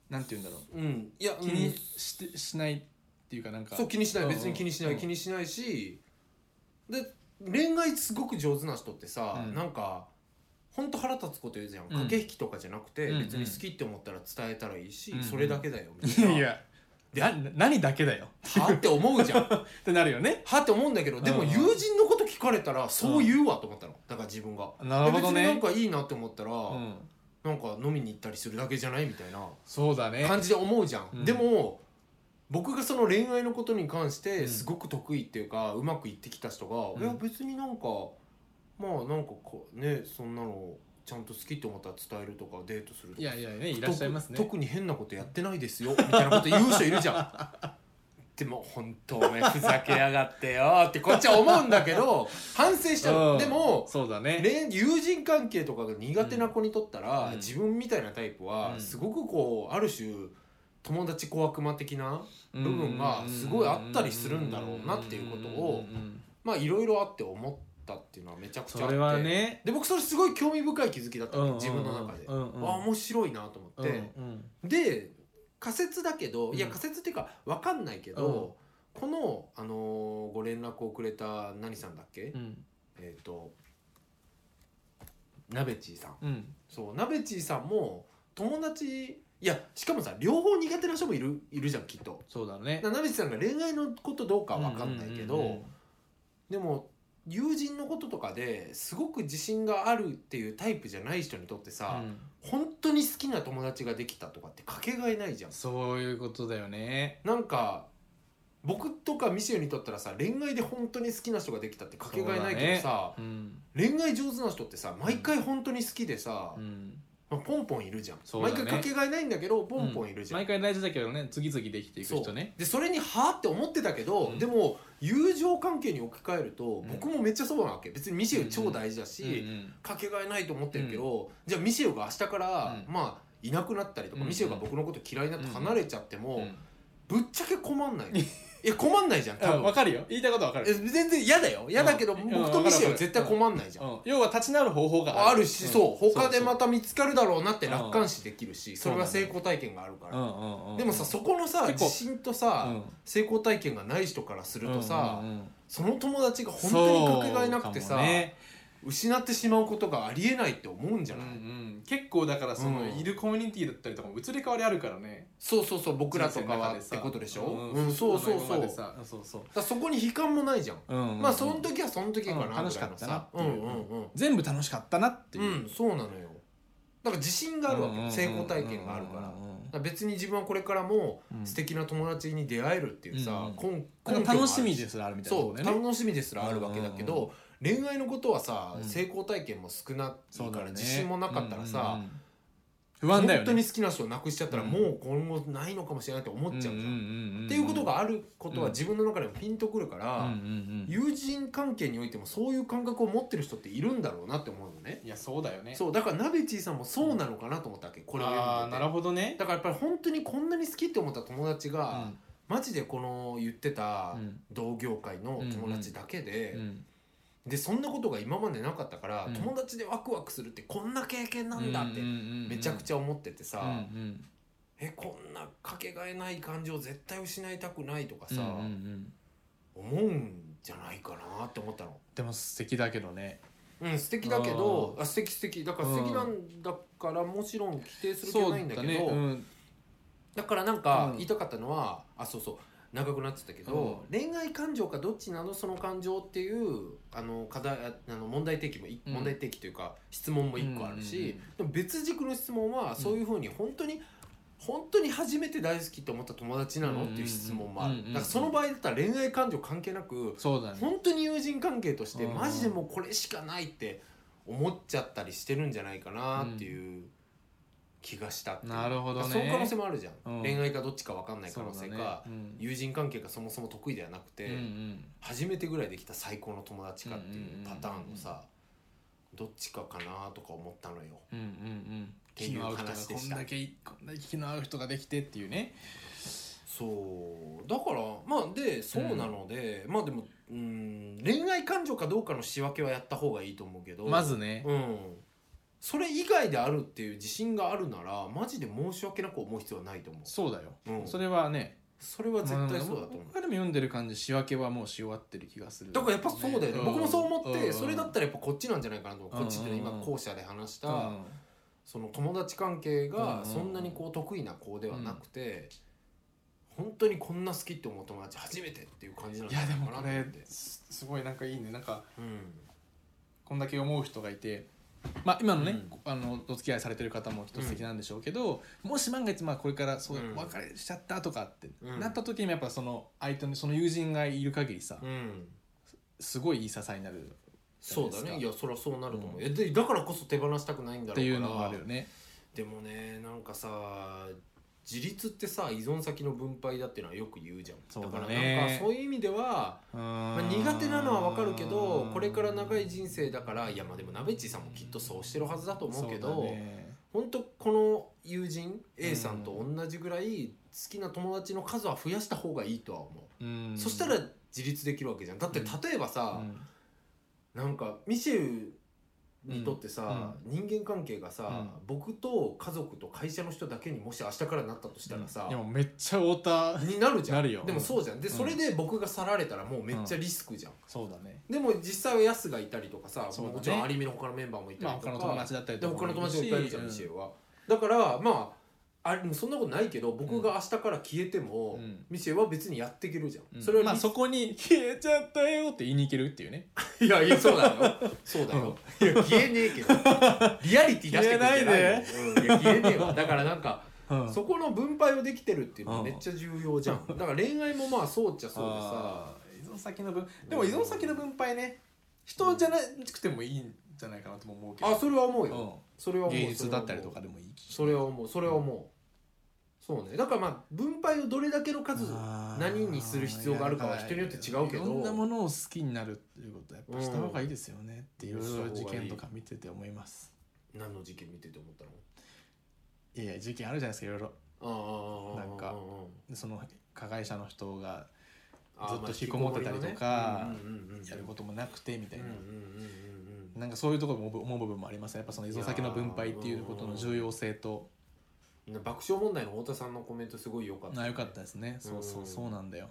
Speaker 1: なんて言うんだろう
Speaker 2: うん、いや
Speaker 1: 気
Speaker 2: う
Speaker 1: に
Speaker 2: ん
Speaker 1: してしないっていうかなんか
Speaker 2: そう気にしない
Speaker 1: うん
Speaker 2: 別に気にしない、
Speaker 1: うん
Speaker 2: 気にしないしで恋愛すごく上手な人ってさ、
Speaker 1: うん
Speaker 2: なんかほんと腹立つこと言うじゃん、
Speaker 1: ん
Speaker 2: 駆け引きとかじゃなくて、
Speaker 1: うんうん
Speaker 2: 別に好きって思ったら伝えたらいいし、
Speaker 1: うんうん
Speaker 2: それだけだよみ
Speaker 1: *laughs* い
Speaker 2: たいな。
Speaker 1: やいやでな何だけだよ
Speaker 2: はって思うじゃんは
Speaker 1: ってなるよね
Speaker 2: って思うんだけどでも
Speaker 1: うん
Speaker 2: 友人のこと聞かれたらそう言うわと思ったのだから自分が。
Speaker 1: なるほど
Speaker 2: 別になん
Speaker 1: ね、
Speaker 2: かいいなって思ったら、
Speaker 1: うん、
Speaker 2: なんか飲みに行ったりするだけじゃないみたいな
Speaker 1: そうだね
Speaker 2: 感じで思うじゃん、
Speaker 1: うん
Speaker 2: でも僕がその恋愛のことに関し
Speaker 1: う
Speaker 2: て
Speaker 1: ん
Speaker 2: すごく得意っていうか、うまくいってきた人が、
Speaker 1: うん
Speaker 2: いや別になんかまあなんかこうねそんなのちゃんと好きって思ったら伝えるとかデートするとか
Speaker 1: いやいやねいらっしゃいますね
Speaker 2: 特特に変なことやってないですよみたいなこと言う人いるじゃん *laughs* でも本当お前ふざけやがってよってこっちは思うんだけど反省しちゃう、
Speaker 1: うん
Speaker 2: でも
Speaker 1: そうだね
Speaker 2: 恋友人関係とかが苦手な子にとったら、
Speaker 1: うん
Speaker 2: 自分みたいなタイプは、
Speaker 1: うん
Speaker 2: すごくこうある種友達小悪魔的な、
Speaker 1: 部
Speaker 2: 分がすごいあったりするんだろうなっていうことをまあいろいろあって思ったっていうのはめちゃくちゃあ
Speaker 1: そ
Speaker 2: って
Speaker 1: れはね
Speaker 2: で僕それすごい興味深い気づきだったの、
Speaker 1: うん
Speaker 2: 自分の中で、
Speaker 1: うんうん
Speaker 2: あ面白いなと思って、
Speaker 1: うんうん
Speaker 2: で仮説だけど、いや
Speaker 1: うん
Speaker 2: 仮説っていうか分かんないけど、この、あのーご連絡をくれた何さんだっけ、
Speaker 1: うん
Speaker 2: えっ、となべちーさん
Speaker 1: うん
Speaker 2: そうなべちーさんも友達いやしかもさ両方苦手な人もいるいるじゃんきっと
Speaker 1: そうだね
Speaker 2: なべちーさんが恋愛のことどうかは分かんないけど、
Speaker 1: ううんうん
Speaker 2: でも友人のこととかですごく自信があるっていうタイプじゃない人にとってさ、
Speaker 1: うん
Speaker 2: 本当に好きな友達ができたとかってかけがえないじゃん
Speaker 1: そういうことだよね
Speaker 2: なんか僕とかミシェルにとったらさ恋愛で本当に好きな人ができたってかけがえないけど
Speaker 1: そう
Speaker 2: さ、
Speaker 1: うん
Speaker 2: 恋愛上手な人ってさ毎回本当に好きでさ、
Speaker 1: うん
Speaker 2: まあ、ポンポンいるじゃん、
Speaker 1: そうだ
Speaker 2: 毎
Speaker 1: ね
Speaker 2: 回かけがえないんだけどポンポンいるじゃん、
Speaker 1: 毎回大事だけどね次々できていく人ね
Speaker 2: でそれにはあって思ってたけど、
Speaker 1: うん
Speaker 2: でも友情関係に置き換えると、
Speaker 1: ん
Speaker 2: 僕もめっちゃそうなわけ別にミシェル超大事だし、
Speaker 1: うんうん
Speaker 2: かけがえないと思ってるけど、じゃあミシェルが明日から、
Speaker 1: うん
Speaker 2: まあいなくなったりとか、
Speaker 1: うん
Speaker 2: ミシェルが僕のこと嫌いになって離れちゃっても、
Speaker 1: うん
Speaker 2: ぶっちゃけ困んないいや
Speaker 1: *laughs*
Speaker 2: 困んないじゃん多
Speaker 1: あ
Speaker 2: 分
Speaker 1: わかるよ言いたいことわか
Speaker 2: え
Speaker 1: る
Speaker 2: 全然嫌だよ嫌だけど、
Speaker 1: うん
Speaker 2: 僕とミシェルは絶対困んないじゃん
Speaker 1: うん要は立ち直る方法が
Speaker 2: あるし、
Speaker 1: ん
Speaker 2: そう他で
Speaker 1: そう
Speaker 2: また見つかるだろうなって
Speaker 1: うん
Speaker 2: 楽観視できるし、それは
Speaker 1: そうなん
Speaker 2: 成
Speaker 1: だ
Speaker 2: 功
Speaker 1: よ
Speaker 2: 体験があるから、
Speaker 1: そううんうんうん
Speaker 2: でもさそこのさ
Speaker 1: 結構
Speaker 2: 自信とさ、
Speaker 1: うん
Speaker 2: 成功体験がない人からするとさ、
Speaker 1: うんうんうん
Speaker 2: その友達が本当にかけがえなくて
Speaker 1: そう
Speaker 2: さ、
Speaker 1: かもね
Speaker 2: 失ってしまうことがありえないって思うんじ
Speaker 1: う
Speaker 2: ゃ
Speaker 1: ん
Speaker 2: ない、
Speaker 1: うん結構だからその
Speaker 2: うん
Speaker 1: いるコミュニティだったりとかも移り変わりあるからね
Speaker 2: そうそうそう僕らとか
Speaker 1: 人生の中
Speaker 2: は
Speaker 1: で
Speaker 2: っ
Speaker 1: さ
Speaker 2: てことでしょ、
Speaker 1: ん
Speaker 2: うんそうそうそう
Speaker 1: 今ま
Speaker 2: だ
Speaker 1: で
Speaker 2: か
Speaker 1: さうんそうそう
Speaker 2: らそこに悲観もないじゃん、
Speaker 1: うん
Speaker 2: まあその時はその時かな
Speaker 1: うん
Speaker 2: ぐらいの
Speaker 1: 楽し
Speaker 2: さ
Speaker 1: かったなっていう
Speaker 2: うんうんうん
Speaker 1: 全部楽しかったなっていう
Speaker 2: うんそうなのよだから自信があるわけ、成功体験があるから,、だから別に自分はこれからも素敵な友達に出会えるっていう
Speaker 1: うん
Speaker 2: さ
Speaker 1: う、ん
Speaker 2: こん
Speaker 1: この
Speaker 2: 根拠もある
Speaker 1: 楽しみですらあるみたいな
Speaker 2: そう、
Speaker 1: ね
Speaker 2: 楽しみですらあるわけだけど、
Speaker 1: うんうん
Speaker 2: 恋愛のことはさ、
Speaker 1: うん
Speaker 2: 成功体験も少ない
Speaker 1: そう
Speaker 2: から、
Speaker 1: だね
Speaker 2: 自信もなかったらさ、
Speaker 1: うんうんうん不安だよ
Speaker 2: 本
Speaker 1: ね
Speaker 2: 当に好きな人をなくしちゃったら、
Speaker 1: うん
Speaker 2: もう今後ないのかもしれないって思っちゃうじゃん。っていうことがあることは
Speaker 1: うん
Speaker 2: 自分の中でもピンとくるから、
Speaker 1: うんうんうん
Speaker 2: 友人関係においてもそういう感覚を持ってる人っているんだろうなって思うのね。
Speaker 1: いやそうだよね
Speaker 2: そうだからなべちーさんもそうなのかなと思ったわけこれを
Speaker 1: あ
Speaker 2: 読
Speaker 1: あ
Speaker 2: ん
Speaker 1: な
Speaker 2: で
Speaker 1: る
Speaker 2: て
Speaker 1: ほどね
Speaker 2: だからやっぱり本当にこんなに好きって思った友達が、
Speaker 1: うん
Speaker 2: マジでこの言ってた同業界の友達だけで、
Speaker 1: うん
Speaker 2: でそんなことが今までなかったから、
Speaker 1: うん
Speaker 2: 友達でワクワクするってこんな経験なんだってめちゃくちゃ思っててさ、
Speaker 1: うんうん
Speaker 2: えこんなかけがえない感情絶対失いたくないとかさ、
Speaker 1: うんうんうん
Speaker 2: 思うんじゃないかなって思ったの。
Speaker 1: でも素敵だけどね
Speaker 2: うん素敵だけどあ素敵素敵だから素敵なんだからもちろん否定する気はないんだけどだ,、
Speaker 1: うん
Speaker 2: からなんか
Speaker 1: うん
Speaker 2: 言いたかったのは、あそうそう長くなっちゃったけど、恋愛感情かどっちなのその感情っていうあの課題ああの問題提起もい、
Speaker 1: うん
Speaker 2: 問題提起というか質問も一個あるし、でも別軸の質問は
Speaker 1: ん
Speaker 2: そういうふうに本当に、本当に初めて大好きと思った友達なのっていう質問もあ
Speaker 1: うんう
Speaker 2: る
Speaker 1: んうん
Speaker 2: だからその場合だったら恋愛感情関係なく
Speaker 1: そうだね
Speaker 2: 本当に友人関係として
Speaker 1: うん
Speaker 2: マジでもうこれしかないって思っちゃったりしてるんじゃないかなっていう気がしたっていう
Speaker 1: なるほどね
Speaker 2: そういう可能性もあるじゃん、
Speaker 1: うん
Speaker 2: 恋愛かどっちか分かんない可能
Speaker 1: そう
Speaker 2: 性
Speaker 1: だ
Speaker 2: か、
Speaker 1: ねうん
Speaker 2: 友人関係がそもそも得意ではなくて、
Speaker 1: うんうん
Speaker 2: 初めてぐらいできた最高の友達かっていうパターンのさどっちかかなとか思ったのよ
Speaker 1: うんうんうん
Speaker 2: て
Speaker 1: 気
Speaker 2: いう
Speaker 1: の合う人が
Speaker 2: 話で
Speaker 1: こん
Speaker 2: した
Speaker 1: だけこんだけ気の合う人ができてっていうね
Speaker 2: そうだからまあでそうなので、まあでもうん恋愛感情かどうかの仕分けはやった方がいいと思うけど
Speaker 1: まずね
Speaker 2: うんそれ以外であるっていう自信があるならマジで申し訳なく思う必要はないと思う
Speaker 1: そうだよ
Speaker 2: うん
Speaker 1: それはね
Speaker 2: それは絶対そうだと思う
Speaker 1: 僕がでも読んでる感じ仕分けはもうし終わってる気がする
Speaker 2: だからやっぱそうだよね、
Speaker 1: ん
Speaker 2: 僕もそう思って、
Speaker 1: ん
Speaker 2: それだったらやっぱこっちなんじゃないかなと思う、
Speaker 1: うん
Speaker 2: こっちって今後者で話した、
Speaker 1: うん
Speaker 2: その友達関係
Speaker 1: うん
Speaker 2: がそんなにこう得意な子ではなくて、本当にこんな好きって思う友達初めてっていう感じなん
Speaker 1: い
Speaker 2: じゃな
Speaker 1: や
Speaker 2: い
Speaker 1: でも
Speaker 2: かな
Speaker 1: こと
Speaker 2: 思っ
Speaker 1: れ
Speaker 2: て。
Speaker 1: すすごいなんかいいねなんか
Speaker 2: うん
Speaker 1: こんだけ思う人がいてまあ今のね、
Speaker 2: うん
Speaker 1: あのお付き合いされてる方も一つ素敵なんでしょうけど、もし万が一まあこれからそう
Speaker 2: うん
Speaker 1: お別れしちゃったとかって、
Speaker 2: うん
Speaker 1: なった時にもやっぱその相手のその友人がいる限りさ、
Speaker 2: うん
Speaker 1: すごいいい支えになる
Speaker 2: そうだ
Speaker 1: じゃな
Speaker 2: ね
Speaker 1: い
Speaker 2: い
Speaker 1: で
Speaker 2: やそりゃそうなると思
Speaker 1: う
Speaker 2: う、
Speaker 1: ん
Speaker 2: えでだからこそ手放したくないんだろうから
Speaker 1: っていうのはあるよね。
Speaker 2: でもねなんかさ自立ってさ依存先の分配だっていうのはよく言うじゃん
Speaker 1: そうだね
Speaker 2: からなんかそういう意味では、ま
Speaker 1: ま
Speaker 2: あ、苦手なのはわかるけどこれから長い人生だからいやまあでもなべっちさんもきっとそうしてるはずだと思うけど本当この友人 A さんと同じぐらい好きな友達の数は増やした方がいいとは思う、そしたら自立できるわけじゃんだって例えばさ、なんかミシェルにとってさ、人間関係がさ、
Speaker 1: う
Speaker 2: 僕と家族と会社の人だけにもし明日からなったとしたらさ
Speaker 1: で、もめっちゃ太田
Speaker 2: になるじゃん
Speaker 1: なるよ
Speaker 2: でもそうじゃんで、
Speaker 1: うん
Speaker 2: それで僕が去られたらもうめっちゃリスクじゃん、
Speaker 1: そうだね。
Speaker 2: でも実際はヤスがいたりとかさ、
Speaker 1: そうだね
Speaker 2: もちろんアニメの他のメンバーもいた
Speaker 1: まあ
Speaker 2: りと
Speaker 1: 他
Speaker 2: か、
Speaker 1: の友達だったり
Speaker 2: で
Speaker 1: とか
Speaker 2: 他の友達がいっぱいいるじゃん、ミシェ
Speaker 1: う
Speaker 2: ルはだからまああれそんなことないけど僕が明日から消えても、
Speaker 1: うん
Speaker 2: ミシェルは別にやっていけるじゃん、
Speaker 1: ん
Speaker 2: それは
Speaker 1: まあ
Speaker 2: リスク、
Speaker 1: そこに「 *laughs* 消えちゃったよ」って言いに行けるっていうね。
Speaker 2: いやいやそうだよそうだよ、いや消えねえけどリアリティ出してくるんじゃないよ
Speaker 1: 消えない
Speaker 2: うんいや消えねえわだからなんか
Speaker 1: うん
Speaker 2: そこの分配をできてるっていうの
Speaker 1: うん
Speaker 2: めっちゃ重要じゃんだから恋愛もまあそうっちゃそうでさ
Speaker 1: あー依存先の分でも依存先の分配ね人じゃなくてもいいんじゃないかなとも思うけど
Speaker 2: あそれは思うよ、
Speaker 1: う
Speaker 2: それは
Speaker 1: ん、
Speaker 2: 思う
Speaker 1: 芸術だったりとかでもいい
Speaker 2: それは思うそれは思うそうねだからまあ分配をどれだけの数何にする必要があるかは人によって違うけど
Speaker 1: いろんなものを好きになるっていうことはやっぱした方がいいですよねっていろいろ
Speaker 2: うん
Speaker 1: 事件とか見てて思います
Speaker 2: 何の事件見てて思ったの
Speaker 1: いやいや事件あるじゃないですかいろいろ
Speaker 2: ああ
Speaker 1: なんかでその加害者の人がずっと
Speaker 2: まあ
Speaker 1: 引きこもってたりと
Speaker 2: 引
Speaker 1: か
Speaker 2: きこもりのねうんうんうん
Speaker 1: やることもなくてみたいな、
Speaker 2: うんうんうんうんうん
Speaker 1: なんかそういうところも思う部分もありますやっぱその依存先の分配っていうことの重要性と
Speaker 2: 爆笑問題の太田さんのコメントすごい良かった、
Speaker 1: あよかったですねそうそううんそうなんだよ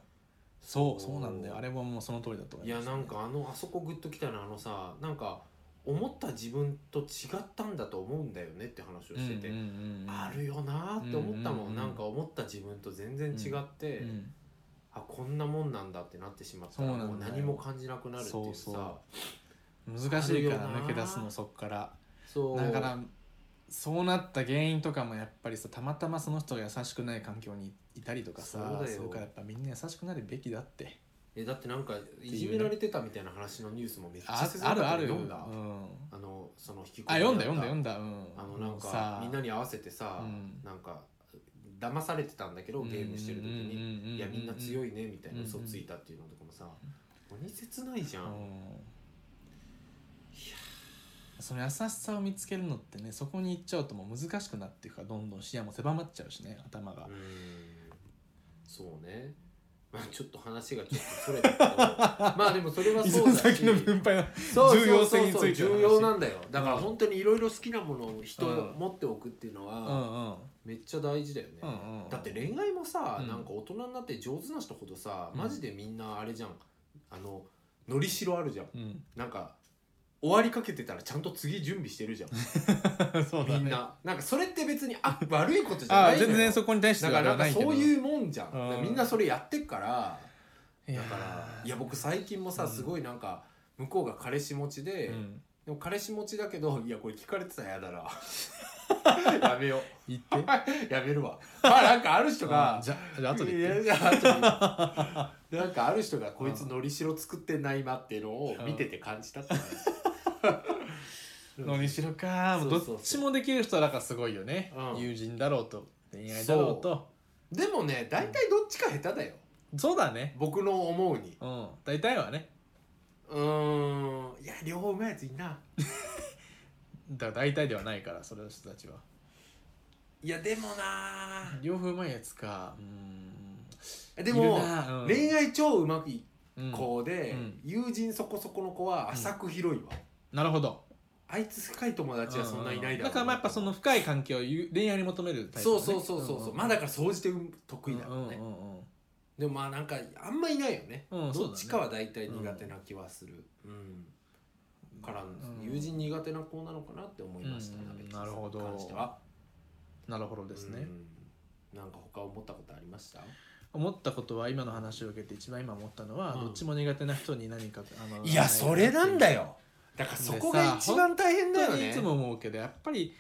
Speaker 1: そうそうなんだよ
Speaker 2: そう
Speaker 1: あれはもうその通りだと思
Speaker 2: い
Speaker 1: いま
Speaker 2: や
Speaker 1: す
Speaker 2: なんかあのあそこグッときたなあのさなんか思った自分と違ったんだと思うんだよねって話を
Speaker 1: うんうん
Speaker 2: して
Speaker 1: うん
Speaker 2: て、
Speaker 1: うん
Speaker 2: あるよなーって思ったもん,、
Speaker 1: うんうんうん
Speaker 2: なんか思った自分と全然違って、
Speaker 1: うん
Speaker 2: あこんなもんなんだってなってしまったら
Speaker 1: そうなんだよ
Speaker 2: もう何も感じなくなるっていうさ
Speaker 1: そうそう難しいから
Speaker 2: あるよな
Speaker 1: 抜け出すのそっから
Speaker 2: そう
Speaker 1: だからそうなった原因とかもやっぱりさたまたまその人が優しくない環境にいたりとかさ
Speaker 2: そうだよ
Speaker 1: れからやっぱみんな優しくなるべきだって
Speaker 2: えだってなんかいじめられてたみたいな話のニュースもめっちゃ
Speaker 1: あ
Speaker 2: 切なか
Speaker 1: あ
Speaker 2: っ
Speaker 1: る
Speaker 2: た
Speaker 1: あ
Speaker 2: け
Speaker 1: る
Speaker 2: ど読んだ、
Speaker 1: うん、
Speaker 2: あのその引きこも
Speaker 1: あ
Speaker 2: り
Speaker 1: 読んだ読んだ
Speaker 2: だった
Speaker 1: 読んだうん
Speaker 2: あのなんか
Speaker 1: さ
Speaker 2: みんなに合わせてさ、
Speaker 1: うん
Speaker 2: なんか騙されてたんだけどゲームしてる時に、いやみんな強い
Speaker 1: い
Speaker 2: ねみたいな嘘ついたっていうのとかもさ鬼切ないじゃん、
Speaker 1: その優しさを見つけるのってねそこに行っちゃうともう難しくなっていくからどんどん視野も狭まっちゃうしね頭が
Speaker 2: うーんそうねまあちょっと話がちょっとそれた
Speaker 1: *laughs*
Speaker 2: けどまあでもそれは
Speaker 1: 依
Speaker 2: そう
Speaker 1: 存
Speaker 2: だ
Speaker 1: *laughs*
Speaker 2: し
Speaker 1: 先の分配は
Speaker 2: そう
Speaker 1: 重要性についての話
Speaker 2: そうそうそう重要なんだよだから
Speaker 1: うん
Speaker 2: 本当にいろいろ好きなものを人
Speaker 1: うん
Speaker 2: 持っておくっていうの
Speaker 1: う
Speaker 2: は
Speaker 1: んうん
Speaker 2: めっちゃ大事だよね、
Speaker 1: うんうん
Speaker 2: だって恋愛もさ、
Speaker 1: うん
Speaker 2: なんか大人になって上手な人ほどさ
Speaker 1: うん
Speaker 2: マジでみんなあれじゃんあののりしろあるじゃん
Speaker 1: うん
Speaker 2: *laughs* なんか終わりかけてたらちゃんと次準備してるじ
Speaker 1: *laughs*
Speaker 2: ゃん
Speaker 1: そう
Speaker 2: み
Speaker 1: だ
Speaker 2: ん
Speaker 1: ね
Speaker 2: ななんかそれって別に
Speaker 1: *laughs*
Speaker 2: あ悪いことじゃな
Speaker 1: ああ
Speaker 2: いのよ
Speaker 1: 全然そこに対して
Speaker 2: だからなんかそう
Speaker 1: う
Speaker 2: いうもんじゃん、
Speaker 1: うん
Speaker 2: だからみんなそれやってっから
Speaker 1: い
Speaker 2: だ
Speaker 1: や
Speaker 2: からいや僕最近も
Speaker 1: う
Speaker 2: さ
Speaker 1: ん
Speaker 2: すごいなんか向こうが彼氏持ちで、
Speaker 1: うん
Speaker 2: でも彼氏持ちだけどい *laughs* やこれ聞かれてたらやだ
Speaker 1: *laughs*
Speaker 2: なやめよ
Speaker 1: 言って
Speaker 2: う *laughs* やめるわまあなんかある人
Speaker 1: うん
Speaker 2: が
Speaker 1: じゃあじゃあ後で
Speaker 2: い
Speaker 1: 言
Speaker 2: や
Speaker 1: って
Speaker 2: いや後で言うなんかある人がこいつのりしろ作ってんな今っていうのを見てて感じたって話
Speaker 1: のにしろかもうどっ
Speaker 2: そうそう
Speaker 1: ち
Speaker 2: そう
Speaker 1: もできる人はだからすごいよね、
Speaker 2: うん
Speaker 1: 友人だろうと恋愛だろうと
Speaker 2: でもね大体どっちか下手だよ
Speaker 1: そうだね
Speaker 2: 僕の思うに
Speaker 1: うん大体はね
Speaker 2: うーんいや両方うまいやついんな
Speaker 1: だから大体ではないからその人たちはい
Speaker 2: やでもな
Speaker 1: 両方うまいやつかう
Speaker 2: ー
Speaker 1: ん
Speaker 2: で
Speaker 1: いる
Speaker 2: も
Speaker 1: なうん
Speaker 2: 恋愛超うまくい
Speaker 1: うん
Speaker 2: 子で、
Speaker 1: うん
Speaker 2: 友人そこそこの子は浅く広いわ、
Speaker 1: なるほど
Speaker 2: あいつ深い友達はそんないないだろうな
Speaker 1: からまあやっぱその深い関係をゆ恋愛に求めるタイプ
Speaker 2: そ
Speaker 1: だね、
Speaker 2: うそうそうそうそう、まあだから掃除で得意だからね、
Speaker 1: うんうんうん
Speaker 2: でもまあなんかあんまいないよね、
Speaker 1: うんそうだね
Speaker 2: どっちかは大体苦手な気はするうん、から、
Speaker 1: うん
Speaker 2: 友人苦手な子なのかなって思いました、
Speaker 1: うん
Speaker 2: 鍋木さ
Speaker 1: なるほど
Speaker 2: んに関しては
Speaker 1: なるほどですね、
Speaker 2: うんなんか他思ったことありました
Speaker 1: 思ったことは今の話を受けて一番今思ったのは、
Speaker 2: うん
Speaker 1: どっちも苦手な人に何かあの
Speaker 2: いやそれなんだよだからそ
Speaker 1: そ
Speaker 2: こ
Speaker 1: こ
Speaker 2: が
Speaker 1: が
Speaker 2: 一
Speaker 1: 一
Speaker 2: 番大変だ
Speaker 1: 本
Speaker 2: よ
Speaker 1: 当に
Speaker 2: ね
Speaker 1: いつも思うけどやっぱり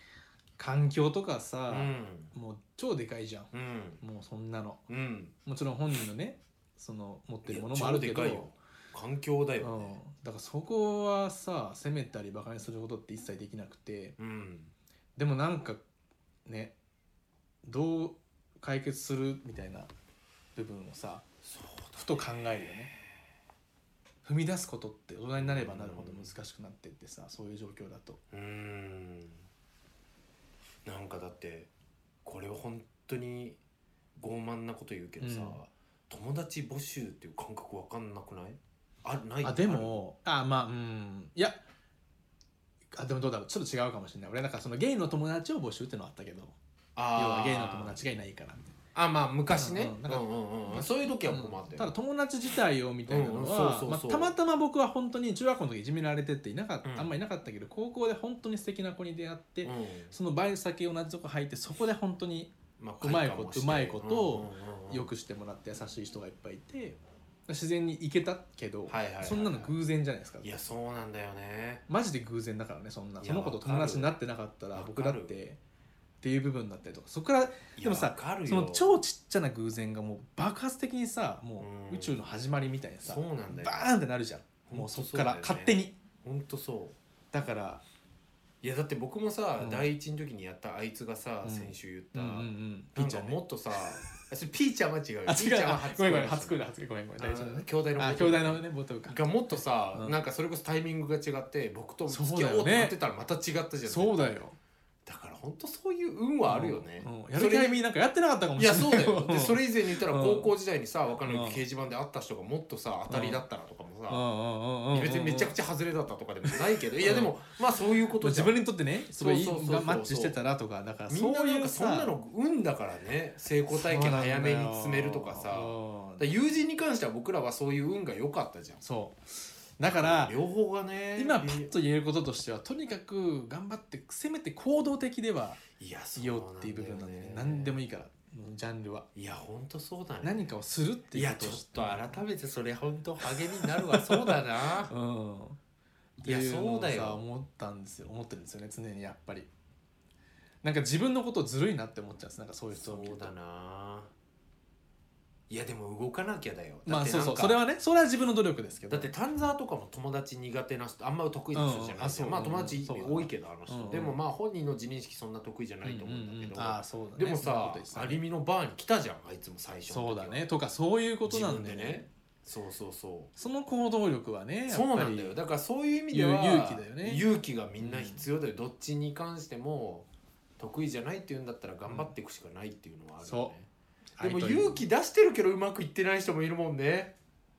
Speaker 1: 環境とか
Speaker 2: う
Speaker 1: さ、
Speaker 2: ん
Speaker 1: もう超でかいじゃん
Speaker 2: うん
Speaker 1: もうそんなの
Speaker 2: うん
Speaker 1: もちろん本人のねその持ってるものもあるけ
Speaker 2: い
Speaker 1: ど、
Speaker 2: や超でかいよ環境だよ
Speaker 1: うん
Speaker 2: ね、
Speaker 1: だからそこはさ責めたりバカにすることって一切できなくて
Speaker 2: うん
Speaker 1: でもなんかねどう解決するみたいな部分をさ
Speaker 2: そうだ
Speaker 1: ふと考えるよね踏み出すことって大人になればなるほど難しくなってってさそういう状況だと
Speaker 2: うーんなんかだってこれは本当に傲慢なこと言うけどさ、
Speaker 1: うん
Speaker 2: 友達募集っていう感覚わかんなくないあない
Speaker 1: あでもあまあうんいやあでもどうだろうちょっと違うかもしれない俺なんかそのゲイの友達を募集ってのはあったけど要
Speaker 2: ある
Speaker 1: はゲイの
Speaker 2: あー
Speaker 1: 友達がいないからみたい
Speaker 2: あまあ昔ね
Speaker 1: うんうん
Speaker 2: う
Speaker 1: なんん
Speaker 2: うん
Speaker 1: か
Speaker 2: うんそういう時は困った
Speaker 1: な
Speaker 2: よ
Speaker 1: ただ友達自体をみたいなの
Speaker 2: う
Speaker 1: は
Speaker 2: んうんそうそうそう
Speaker 1: まあたまたま僕は本当に中学校の時いじめられてっていなかっ
Speaker 2: うん
Speaker 1: あんまいなかったけど高校で本当に素敵な子に出会って、
Speaker 2: うん
Speaker 1: そのバイト先同じとこ入ってそこで本当に
Speaker 2: ま
Speaker 1: うまいこ
Speaker 2: 快感
Speaker 1: と
Speaker 2: は
Speaker 1: うまいことを
Speaker 2: してうんうんうん
Speaker 1: よくしてもらって優しい人がいっぱいいて自然に行けたけど、
Speaker 2: はいはいはいはい
Speaker 1: そんなの偶然じゃないですか
Speaker 2: いやそうなんだよね
Speaker 1: マジで偶然だからねそんない
Speaker 2: や
Speaker 1: その子と友達になってなかった
Speaker 2: わ
Speaker 1: ら
Speaker 2: かる
Speaker 1: 僕だってっていう部分だったりとかそこから
Speaker 2: いや
Speaker 1: でもさ
Speaker 2: わかるよ
Speaker 1: その超ちっちゃな偶然がもう爆発的にさも
Speaker 2: うん
Speaker 1: う宇宙の始まりみたいにさ、
Speaker 2: そうなんだよ
Speaker 1: バーンってなるじゃんもうそっから勝手に
Speaker 2: 本当そう
Speaker 1: だから
Speaker 2: いやだって僕もさ、
Speaker 1: うん
Speaker 2: 第一の時にやったあいつがさ、
Speaker 1: うん
Speaker 2: 先週
Speaker 1: う
Speaker 2: 言
Speaker 1: ん
Speaker 2: っ
Speaker 1: う
Speaker 2: た、
Speaker 1: んうん
Speaker 2: ピ
Speaker 1: ピー
Speaker 2: ー
Speaker 1: ち
Speaker 2: ち
Speaker 1: ゃ
Speaker 2: ゃ
Speaker 1: ん
Speaker 2: ん
Speaker 1: ね
Speaker 2: もっとさ、 *laughs* あそれピーちゃんは違うよ。
Speaker 1: あ
Speaker 2: ピ
Speaker 1: 違
Speaker 2: ーちゃんは
Speaker 1: うごめんごめん初
Speaker 2: 初
Speaker 1: 恋
Speaker 2: 恋だ
Speaker 1: だ初恋ごめんごめん
Speaker 2: あ
Speaker 1: 大丈夫だ
Speaker 2: ー
Speaker 1: ね
Speaker 2: 兄弟の
Speaker 1: あ兄弟のねボトルか
Speaker 2: がもっとさ、
Speaker 1: うん
Speaker 2: なんかそれこそタイミングが違って僕と付
Speaker 1: そう
Speaker 2: き
Speaker 1: だ
Speaker 2: 合おう
Speaker 1: よね
Speaker 2: ってなってたらまた違ったじゃん
Speaker 1: そうだよ
Speaker 2: だから本当そういう運はあるよね、
Speaker 1: うんうんやる気ありみなんかやってなかったかも
Speaker 2: い
Speaker 1: しれ
Speaker 2: や
Speaker 1: ない
Speaker 2: そうだよ
Speaker 1: *laughs* ん
Speaker 2: でそれ以前に言ったら
Speaker 1: うん
Speaker 2: 高校時代にさわかんない
Speaker 1: うん
Speaker 2: 掲示板で会った人がもっとさ当たりだったらとかも
Speaker 1: う
Speaker 2: さ、
Speaker 1: んうんうんうんうん
Speaker 2: 別にめちゃくちゃ外れだったとかでもないけど、いやでもまあそういうことじ
Speaker 1: 自
Speaker 2: ゃん
Speaker 1: 分にとってねすごいいい
Speaker 2: そうそうそうそう
Speaker 1: マッチしてたらとかだから
Speaker 2: みんな
Speaker 1: そう
Speaker 2: ないん
Speaker 1: う
Speaker 2: かそんなの運だからね成功体験早めに詰めるとかさだから友人に関しては僕らはそういう運が良かったじゃん
Speaker 1: そうだから
Speaker 2: 両方がね
Speaker 1: 今パッと言えることとしてはとにかく頑張ってせめて行動的ではい
Speaker 2: やそう
Speaker 1: いようっていう部分なんでね何でも
Speaker 2: い
Speaker 1: いいからもうジャンルはい
Speaker 2: やほんとそうだね
Speaker 1: 何かをするって
Speaker 2: い
Speaker 1: いう
Speaker 2: や
Speaker 1: こ
Speaker 2: ち
Speaker 1: と
Speaker 2: ょ
Speaker 1: を
Speaker 2: っ
Speaker 1: して
Speaker 2: と改めてそれほんと励みになる
Speaker 1: *laughs*
Speaker 2: わそうだな
Speaker 1: うん
Speaker 2: いや
Speaker 1: ってうのを
Speaker 2: そうだよ
Speaker 1: さ思ったんですよ思ってるんですよね常にやっぱりなんか自分のことずるいなって思っちゃうんですなんかそういう人
Speaker 2: そ
Speaker 1: を見る
Speaker 2: う
Speaker 1: と
Speaker 2: だないやでも動かなきゃだよ
Speaker 1: ま
Speaker 2: だ
Speaker 1: あ
Speaker 2: って
Speaker 1: そ
Speaker 2: な
Speaker 1: うんそう
Speaker 2: か
Speaker 1: それはねそれは自分の努力ですけど
Speaker 2: だって丹沢とかも友達苦手な人あんま得意な人じゃな
Speaker 1: うんう
Speaker 2: んい
Speaker 1: あ
Speaker 2: じゃ
Speaker 1: そ
Speaker 2: ん、
Speaker 1: う
Speaker 2: まあ友達
Speaker 1: うんうん
Speaker 2: 多いけどあの人、
Speaker 1: うんうん
Speaker 2: でもまあ本人の自認識そんな得意じゃないと思うんだけど、
Speaker 1: うああそうだね
Speaker 2: でも
Speaker 1: そんなこ
Speaker 2: さ
Speaker 1: と言ってた
Speaker 2: ア
Speaker 1: ね
Speaker 2: リミのバーに来たじゃんあいつも最初の時は
Speaker 1: そうだねとかそういうことなんだ
Speaker 2: 自分
Speaker 1: よね
Speaker 2: でねそうそうそ
Speaker 1: その行動力はね
Speaker 2: う
Speaker 1: やっぱ
Speaker 2: そ
Speaker 1: り
Speaker 2: うなんだよだからそういう意味では
Speaker 1: 勇気だよね
Speaker 2: 勇気がみんな必要だよ、どっちに関しても得意じゃないっていうんだったら頑張っていくしかないっていうのはあるよね、
Speaker 1: はい
Speaker 2: でも
Speaker 1: という
Speaker 2: 勇気出してるけどうまくいってない人もいるもんね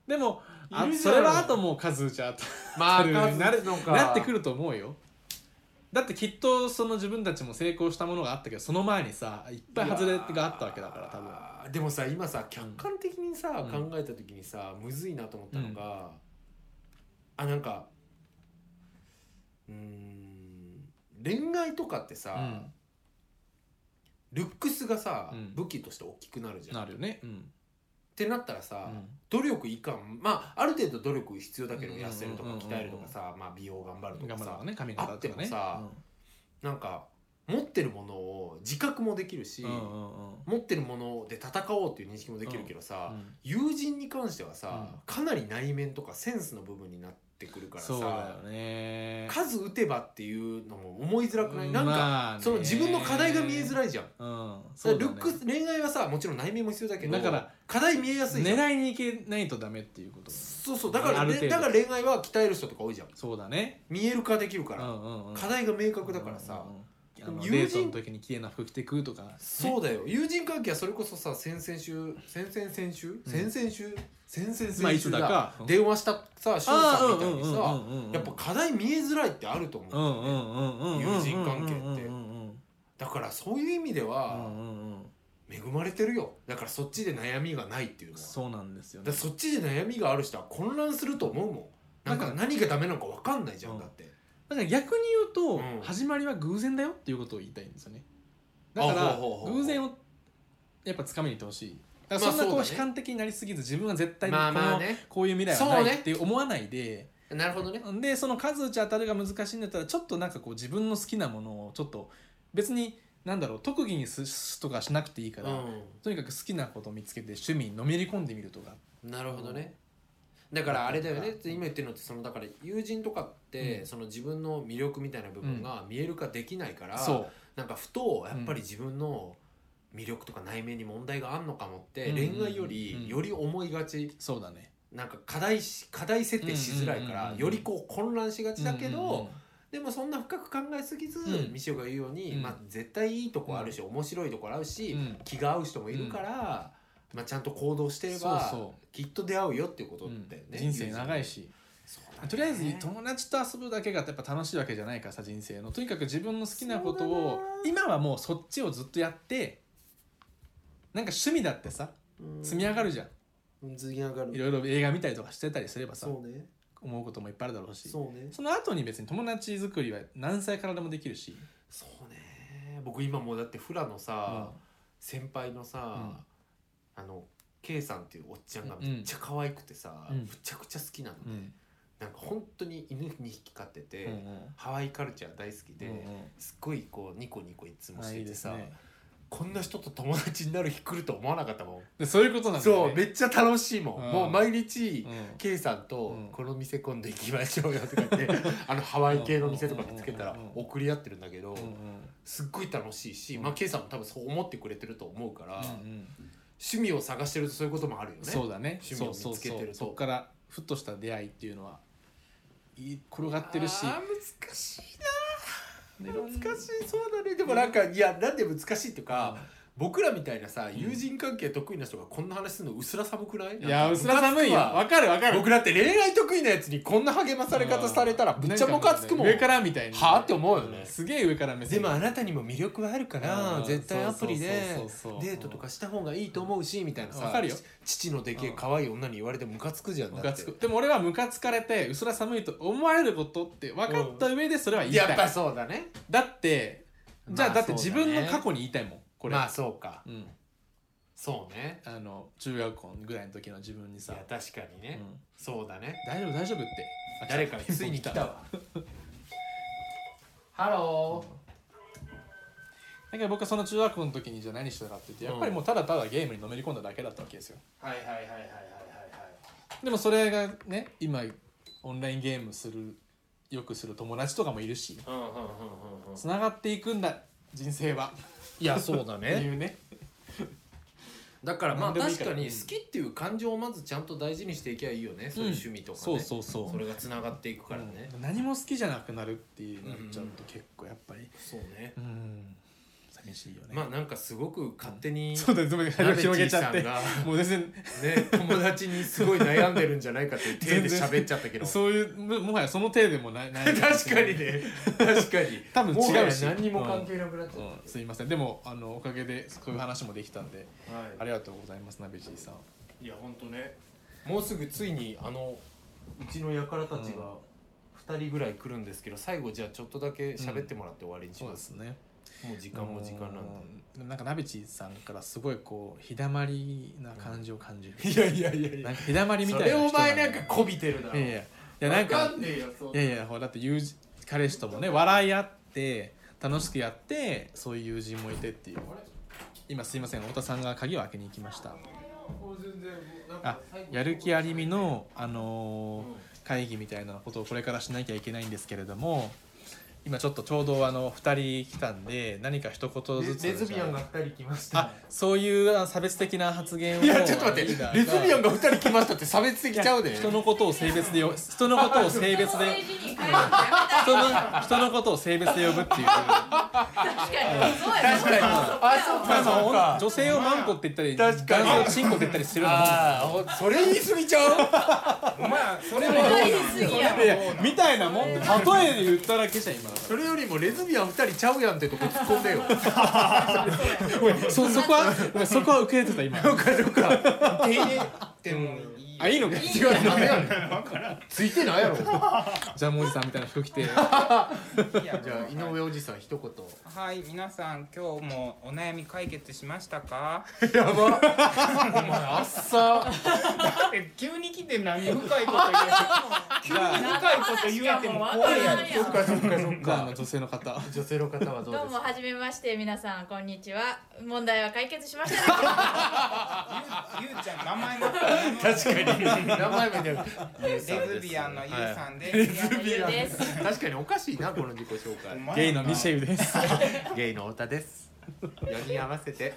Speaker 1: でもあ
Speaker 2: いるじゃ
Speaker 1: そ
Speaker 2: ん
Speaker 1: れはあともう数じゃ
Speaker 2: まあ
Speaker 1: なる
Speaker 2: なるのか
Speaker 1: なってくると思うよだってきっとその自分たちも成功したものがあったけどその前にさいっぱい外れがあったわけだから多分
Speaker 2: 分でもさ今さ客観的にさ、
Speaker 1: うん
Speaker 2: 考えた時にさむずいなと思ったのが、あなんかうーん恋愛とかってさ、
Speaker 1: うん
Speaker 2: ルックスがさ、
Speaker 1: うん
Speaker 2: 武器として大きくなるじゃん。
Speaker 1: な
Speaker 2: っ
Speaker 1: るよねうん
Speaker 2: てなったらさ、
Speaker 1: うん
Speaker 2: 努力いかんまあある程度努力必要だけど
Speaker 1: うんうんうん
Speaker 2: 痩せるとか鍛えるとかさ、まあ、美容頑張るとか
Speaker 1: 頑張る
Speaker 2: さ
Speaker 1: わ、ね髪型とか
Speaker 2: あっても
Speaker 1: ね
Speaker 2: さなんか持ってるものを自覚もできるし、
Speaker 1: うんうんうんうん
Speaker 2: 持ってるもので戦おうっていう認識もできるけどさ、友人に関してはさ、かなり内面とかセンスの部分になっってくるから
Speaker 1: そうだ
Speaker 2: さ、
Speaker 1: よね
Speaker 2: 数打てばっていうのも思いづらくない、なんか、
Speaker 1: まあね
Speaker 2: その自分の課題が見えづらいじゃん。
Speaker 1: うんそ
Speaker 2: そうル
Speaker 1: だね
Speaker 2: ックス恋愛はさもちろん内面も必要だけど
Speaker 1: だから
Speaker 2: 課題見えやすいじゃん
Speaker 1: 狙いに行けないとダメっていうこと
Speaker 2: そうそうだか
Speaker 1: あ
Speaker 2: ら
Speaker 1: る
Speaker 2: れ
Speaker 1: 程度
Speaker 2: だから恋愛は鍛える人とか多いじゃん
Speaker 1: そうだね
Speaker 2: 見える化できる
Speaker 1: う
Speaker 2: か
Speaker 1: ん
Speaker 2: ら、
Speaker 1: うんうん
Speaker 2: 課題が明確だからさ、
Speaker 1: うんうんうんあの
Speaker 2: 友人
Speaker 1: デートの時に綺麗な服着てくとかね
Speaker 2: そうだよ友人関係はそれこそさ先々週先々先週、先々週先々先
Speaker 1: まあい
Speaker 2: 週
Speaker 1: つ
Speaker 2: だ,、
Speaker 1: だかうん
Speaker 2: 電話したさしゅん
Speaker 1: あ
Speaker 2: さ
Speaker 1: あ
Speaker 2: ん
Speaker 1: う
Speaker 2: みたい
Speaker 1: ん
Speaker 2: に
Speaker 1: うんうん
Speaker 2: さ
Speaker 1: うんうん
Speaker 2: やっぱ課題見えづらいってあると思う、
Speaker 1: うんうんうんうんうん
Speaker 2: 友人関係って
Speaker 1: うんうんうん
Speaker 2: だからそういう意味では
Speaker 1: うんうんうん
Speaker 2: 恵まれてるよだからそっちで悩みがないっていうのは
Speaker 1: そうなんですよ
Speaker 2: だ
Speaker 1: ね
Speaker 2: からそっちで悩みがある人は混乱すると思うもんなんか
Speaker 1: なん
Speaker 2: 何がダメなのか分かんないじゃん、
Speaker 1: うん
Speaker 2: だって
Speaker 1: だから逆に言うと、
Speaker 2: うん
Speaker 1: 始まりは偶然だよっていうことを言いたいんですよね
Speaker 2: あ
Speaker 1: だから
Speaker 2: ほうほうほうほう
Speaker 1: 偶然をやっぱ掴みに行ってほしいだか
Speaker 2: ま
Speaker 1: ら
Speaker 2: あ
Speaker 1: そんなこう
Speaker 2: そうだね
Speaker 1: 悲観的になりすぎず自分は絶対にこ
Speaker 2: まあ
Speaker 1: の、
Speaker 2: まあね
Speaker 1: こういう未来
Speaker 2: そ
Speaker 1: は
Speaker 2: う
Speaker 1: な
Speaker 2: ね
Speaker 1: いって思わないで、
Speaker 2: なるほどね
Speaker 1: でその数打ち当たるが難しいんだったらちょっとなんかこう自分の好きなものをちょっと別になんだろう特技にすすとかしなくていいから、
Speaker 2: う
Speaker 1: とにかく好きなことを見つけて趣味にのめり込んでみるとか
Speaker 2: んなるほどねだからあれだよね今言ってるのってそのだから友人とかって、
Speaker 1: うん
Speaker 2: その自分の魅力みたいな部分が見える化できないから、
Speaker 1: そう
Speaker 2: なんかふとやっぱり自分の魅力とか内面に問題があんのかもって、恋愛よ
Speaker 1: うん
Speaker 2: りより思いがち
Speaker 1: そうだね
Speaker 2: なんか課題し課題設定しづらいから、
Speaker 1: うんうんうんうん
Speaker 2: よりこう混乱しがちだけど、
Speaker 1: うんうんうん
Speaker 2: でもそんな深く考えすぎず、
Speaker 1: うん
Speaker 2: ミシオが言うように、
Speaker 1: うん
Speaker 2: まあ、絶対いいとこあるし、面白いとこあるし、
Speaker 1: うん
Speaker 2: 気が合う人もいるから、まあ、ちゃんと行動してれば
Speaker 1: そうそ
Speaker 2: きっと出会うよっていうこと
Speaker 1: う
Speaker 2: だよ
Speaker 1: ん
Speaker 2: ね、
Speaker 1: 人生長いし
Speaker 2: そうだね、
Speaker 1: とりあえず友達と遊ぶだけがやっぱ楽しいわけじゃないからさ人生のとにかく自分の好きなこと
Speaker 2: そうだ
Speaker 1: を
Speaker 2: な
Speaker 1: 今はもうそっちをずっとやってなんか趣味だってさ積み上がるじゃん
Speaker 2: うん積み上が
Speaker 1: い
Speaker 2: る
Speaker 1: ろいろ映画見たりとかしてたりすればさ
Speaker 2: そうね
Speaker 1: 思うこともいっぱいあるだろうし
Speaker 2: そうね
Speaker 1: その後に別に友達作りは何歳からでもできるし、
Speaker 2: そうね僕今もうだってフラのさ、先輩のさ、あの K さんっていうおっちゃんがめっちゃ可愛くてさ、
Speaker 1: うん
Speaker 2: むちゃくちゃ好きなのね、
Speaker 1: うんうん
Speaker 2: なんか本当に犬2匹飼ってて、
Speaker 1: うん
Speaker 2: ハワイカルチャー大好きで、
Speaker 1: うんうん
Speaker 2: すっごいこうニコニコいつも
Speaker 1: あ
Speaker 2: し
Speaker 1: い
Speaker 2: て
Speaker 1: い
Speaker 2: て
Speaker 1: です
Speaker 2: さ
Speaker 1: ね
Speaker 2: こんな人と友達になる日来ると思わなかったもん、
Speaker 1: でそういうことなんだ
Speaker 2: そう
Speaker 1: よね
Speaker 2: めっちゃ楽しいもん、
Speaker 1: うん
Speaker 2: もう毎日、
Speaker 1: うん
Speaker 2: K さんと
Speaker 1: うん
Speaker 2: この店今度行きましょうよとか言
Speaker 1: *laughs*
Speaker 2: ってあのハワイ系の店とか見つけたら
Speaker 1: うんうんうんうん
Speaker 2: 送り合ってるんだけど
Speaker 1: うん
Speaker 2: すっごい楽しいし、
Speaker 1: うん
Speaker 2: まあ、K さんも多分そう思ってくれてると思うから、
Speaker 1: うん
Speaker 2: 趣
Speaker 1: うん
Speaker 2: 味を探してるとそういうこともあるよね
Speaker 1: そうだね
Speaker 2: 趣味を見つけてると
Speaker 1: そうそうそうそこからふっとした出会いっていうのはいい転がってるし
Speaker 2: あー難しい
Speaker 1: で
Speaker 2: な
Speaker 1: ろん
Speaker 2: 難しいそうだねでもなんかいやなんで難しいっていうか、僕らみたいなさ
Speaker 1: ん
Speaker 2: 友人関係得意な人がこんな話するの薄ら寒くない
Speaker 1: いや薄ら寒いよ
Speaker 2: なんかムカつくわ
Speaker 1: わかるわかる
Speaker 2: 僕だって恋愛得意なやつにこんな励まされ方されたらぶっちゃムカつくもん
Speaker 1: なかね上からみたいな
Speaker 2: はあって思うよね
Speaker 1: すげえ上から目
Speaker 2: でもあなたにも魅力はあるから
Speaker 1: うん
Speaker 2: 絶対アプリで
Speaker 1: そうそうそうそう
Speaker 2: デートとかした方がいいと思うしみたいなさ
Speaker 1: わかるよ
Speaker 2: ち父のでけえ可愛い女に言われてムカつくじゃん
Speaker 1: ム
Speaker 2: だ
Speaker 1: カ
Speaker 2: っ
Speaker 1: つく
Speaker 2: て
Speaker 1: でも俺はムカつかれて薄ら寒いと思われることって分かった上でそれは言いたい、
Speaker 2: やっぱそうだね
Speaker 1: だってじゃあ
Speaker 2: まあ
Speaker 1: だって自分
Speaker 2: そ
Speaker 1: の
Speaker 2: うだね
Speaker 1: 過去に言いたいもんこれ、
Speaker 2: まあそうか
Speaker 1: うん、
Speaker 2: そうね
Speaker 1: あの中学校ぐらいの時の自分に
Speaker 2: い
Speaker 1: さ
Speaker 2: や
Speaker 1: 「
Speaker 2: 確かに
Speaker 1: う
Speaker 2: ね
Speaker 1: ん、
Speaker 2: そうだね
Speaker 1: 大丈夫大丈夫」ってあ
Speaker 2: 誰か
Speaker 1: *laughs* 来た
Speaker 2: ついに来たわハロ
Speaker 1: だから僕はその中学校の時にじゃあ何してたかって言ってやっぱりもうただただゲームにのめり込んだだけだったわけですよ
Speaker 2: ーはいはいはいはいはいはいはい
Speaker 1: でもそれがね今オンラインゲームするよくする友達とかもいるし
Speaker 2: うんうんうんうんうん
Speaker 1: つながっていくんだ人生はい
Speaker 2: やそうだ
Speaker 1: って
Speaker 2: ね
Speaker 1: *laughs* いうね
Speaker 2: だからまあ
Speaker 1: 何でもいい
Speaker 2: 確
Speaker 1: から
Speaker 2: かに
Speaker 1: うん
Speaker 2: 好きっていう感情をまずちゃんと大事にしていけばいいよねそういう趣味とかね
Speaker 1: そうそうそう
Speaker 2: それがつながっていくからね
Speaker 1: うん何も好きじゃなくなるっていうなっちゃうと結構やっぱり
Speaker 2: そうね
Speaker 1: うん寂しいよね、 *laughs*
Speaker 2: まあなんかすごく勝手に
Speaker 1: そうだねすみません広げちゃって
Speaker 2: なべち
Speaker 1: *laughs* もう全
Speaker 2: いさんがね友達にすごい悩んでるんじゃないかっていう手で喋っちゃったけど
Speaker 1: 然 *laughs* そういうももはやその程度もないな
Speaker 2: *laughs*
Speaker 1: い
Speaker 2: 確かにね確かに
Speaker 1: *laughs* 多分違うし
Speaker 2: もはや何にも関係なくなっちゃ
Speaker 1: う
Speaker 2: っ
Speaker 1: んすいませんでもあのおかげでこういう話もできたんで
Speaker 2: た、はい
Speaker 1: ありがとうございますなべじいさん
Speaker 2: いや本当ねもうすぐついにあのうちの輩たちが2人ぐらい来るんですけど、最後じゃあちょっとだけ喋ってもらって終わりにし
Speaker 1: そう
Speaker 2: ま、
Speaker 1: ですすね
Speaker 2: もう時間も時間なんで、
Speaker 1: うんなんかなべちさんからすごいこう日だまりな感じを感じる、 *laughs*
Speaker 2: いやいやいやい
Speaker 1: なんか日だまりみ
Speaker 2: そ
Speaker 1: たいな
Speaker 2: れお
Speaker 1: 人だ
Speaker 2: 前なんかこびてるだろ
Speaker 1: いやいやいやなん
Speaker 2: わ
Speaker 1: か
Speaker 2: んねえよそん
Speaker 1: い
Speaker 2: な
Speaker 1: やいやほらだって友人彼氏ともね笑い合って楽しくやってそういう友人もいてっていう今すいません太田さんが鍵を開けに行きましたあやる気ありみの、あのー会議みたいなことをこれからしなきゃいけないんですけれども今ちょっとちょうどあの2人来たんで何か一言ずつ
Speaker 3: レレズビアンが2人来ました
Speaker 1: あそういうあ差別的な発言を
Speaker 2: いやちょっと待って
Speaker 1: リーダーが
Speaker 2: レズビアンが2人来ましたって差別的ちゃうで
Speaker 1: 人のことを性別でよ人のことを性別で人
Speaker 4: 確
Speaker 1: の人のことを性別で呼ぶっていう
Speaker 4: かにそうや
Speaker 2: 確かにあそう
Speaker 1: ま
Speaker 2: か
Speaker 1: あま
Speaker 2: そう
Speaker 1: あ
Speaker 2: か
Speaker 1: 女性をマンコって言ったり
Speaker 2: 確かに
Speaker 1: 男性をチンコって言ったりするの
Speaker 2: ああほそれ言い過ぎちゃう
Speaker 3: まあそれは
Speaker 4: かりすぎや
Speaker 1: いやみたいなもん例えで言っただけじゃん今
Speaker 2: それよりもレズビアン2人ちゃうやんってとこ突っ込んでよ
Speaker 1: ごめんそそこはごめんそこは受け入れてた今
Speaker 3: 手入れてもいい
Speaker 1: あいいのか
Speaker 2: 違うダメやねんついてないやろ
Speaker 1: ジャムおじさんみたいな服着て
Speaker 3: じゃ
Speaker 2: じゃあ井上おじさん一言
Speaker 5: はい、皆さん、今日もお悩み解決しましたか。
Speaker 2: やばお前あっさ
Speaker 3: 急に来て何深いこと言う
Speaker 1: じゃあ
Speaker 3: 深いこと言えても怖いやん
Speaker 2: そっかそっかそっ
Speaker 1: じゃああの
Speaker 2: か
Speaker 1: *laughs* 女性の方
Speaker 2: 女性の方はどう
Speaker 4: ど
Speaker 2: で
Speaker 4: う
Speaker 2: す
Speaker 4: も
Speaker 2: か
Speaker 4: はじめまして皆さんこんにちは問題は解決しましたでしょうか
Speaker 5: ゆうゆうちゃん、名前も。確か
Speaker 2: 名前も出る
Speaker 5: レズビアンのゆうさんです。
Speaker 4: ゆうです
Speaker 2: 確かにおかしいなこの自己紹介
Speaker 1: ゲイのミシェルです
Speaker 2: ゲイの太田です4人合わせ
Speaker 1: *laughs*
Speaker 2: て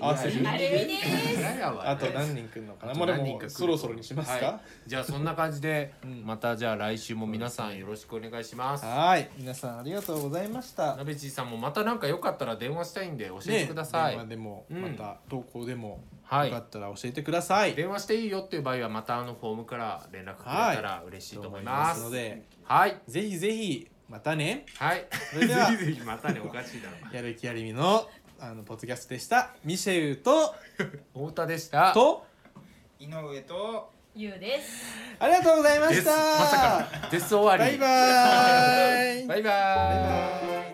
Speaker 1: 合わせる
Speaker 4: アルミです
Speaker 1: あ
Speaker 2: あ
Speaker 1: と何人来るのかなもうでもそろそろにしますか
Speaker 2: じゃあそんな感じで
Speaker 1: うん
Speaker 2: またじゃあ来週も皆さんよろしくお願いします
Speaker 1: はい皆さんありがとうございました
Speaker 2: なべちーさんもまたなんかよかったら電話したいんで教えてください、
Speaker 1: 電話でも
Speaker 2: うん
Speaker 1: また投稿でも
Speaker 2: は
Speaker 1: よか
Speaker 2: い
Speaker 1: ったら教えてください
Speaker 2: 電話していいよっていう場合はまたあのフォームから連絡くれたら嬉しいと思います,、
Speaker 1: と思いので
Speaker 2: はい
Speaker 1: ぜひぜひまたね
Speaker 2: はい
Speaker 1: それでは
Speaker 2: *laughs* ぜひまたねおかしいだろ
Speaker 1: やる気ありみのあのポッドキャストでしたミシェルと
Speaker 2: 太田でした
Speaker 1: と
Speaker 5: 井上と。
Speaker 4: ゆうです
Speaker 1: ありがとうございま
Speaker 2: で
Speaker 1: し
Speaker 2: す
Speaker 1: た
Speaker 2: まさかです終わ
Speaker 1: バ
Speaker 2: り
Speaker 1: イバーイ
Speaker 2: バイバーイ
Speaker 1: バイバーイ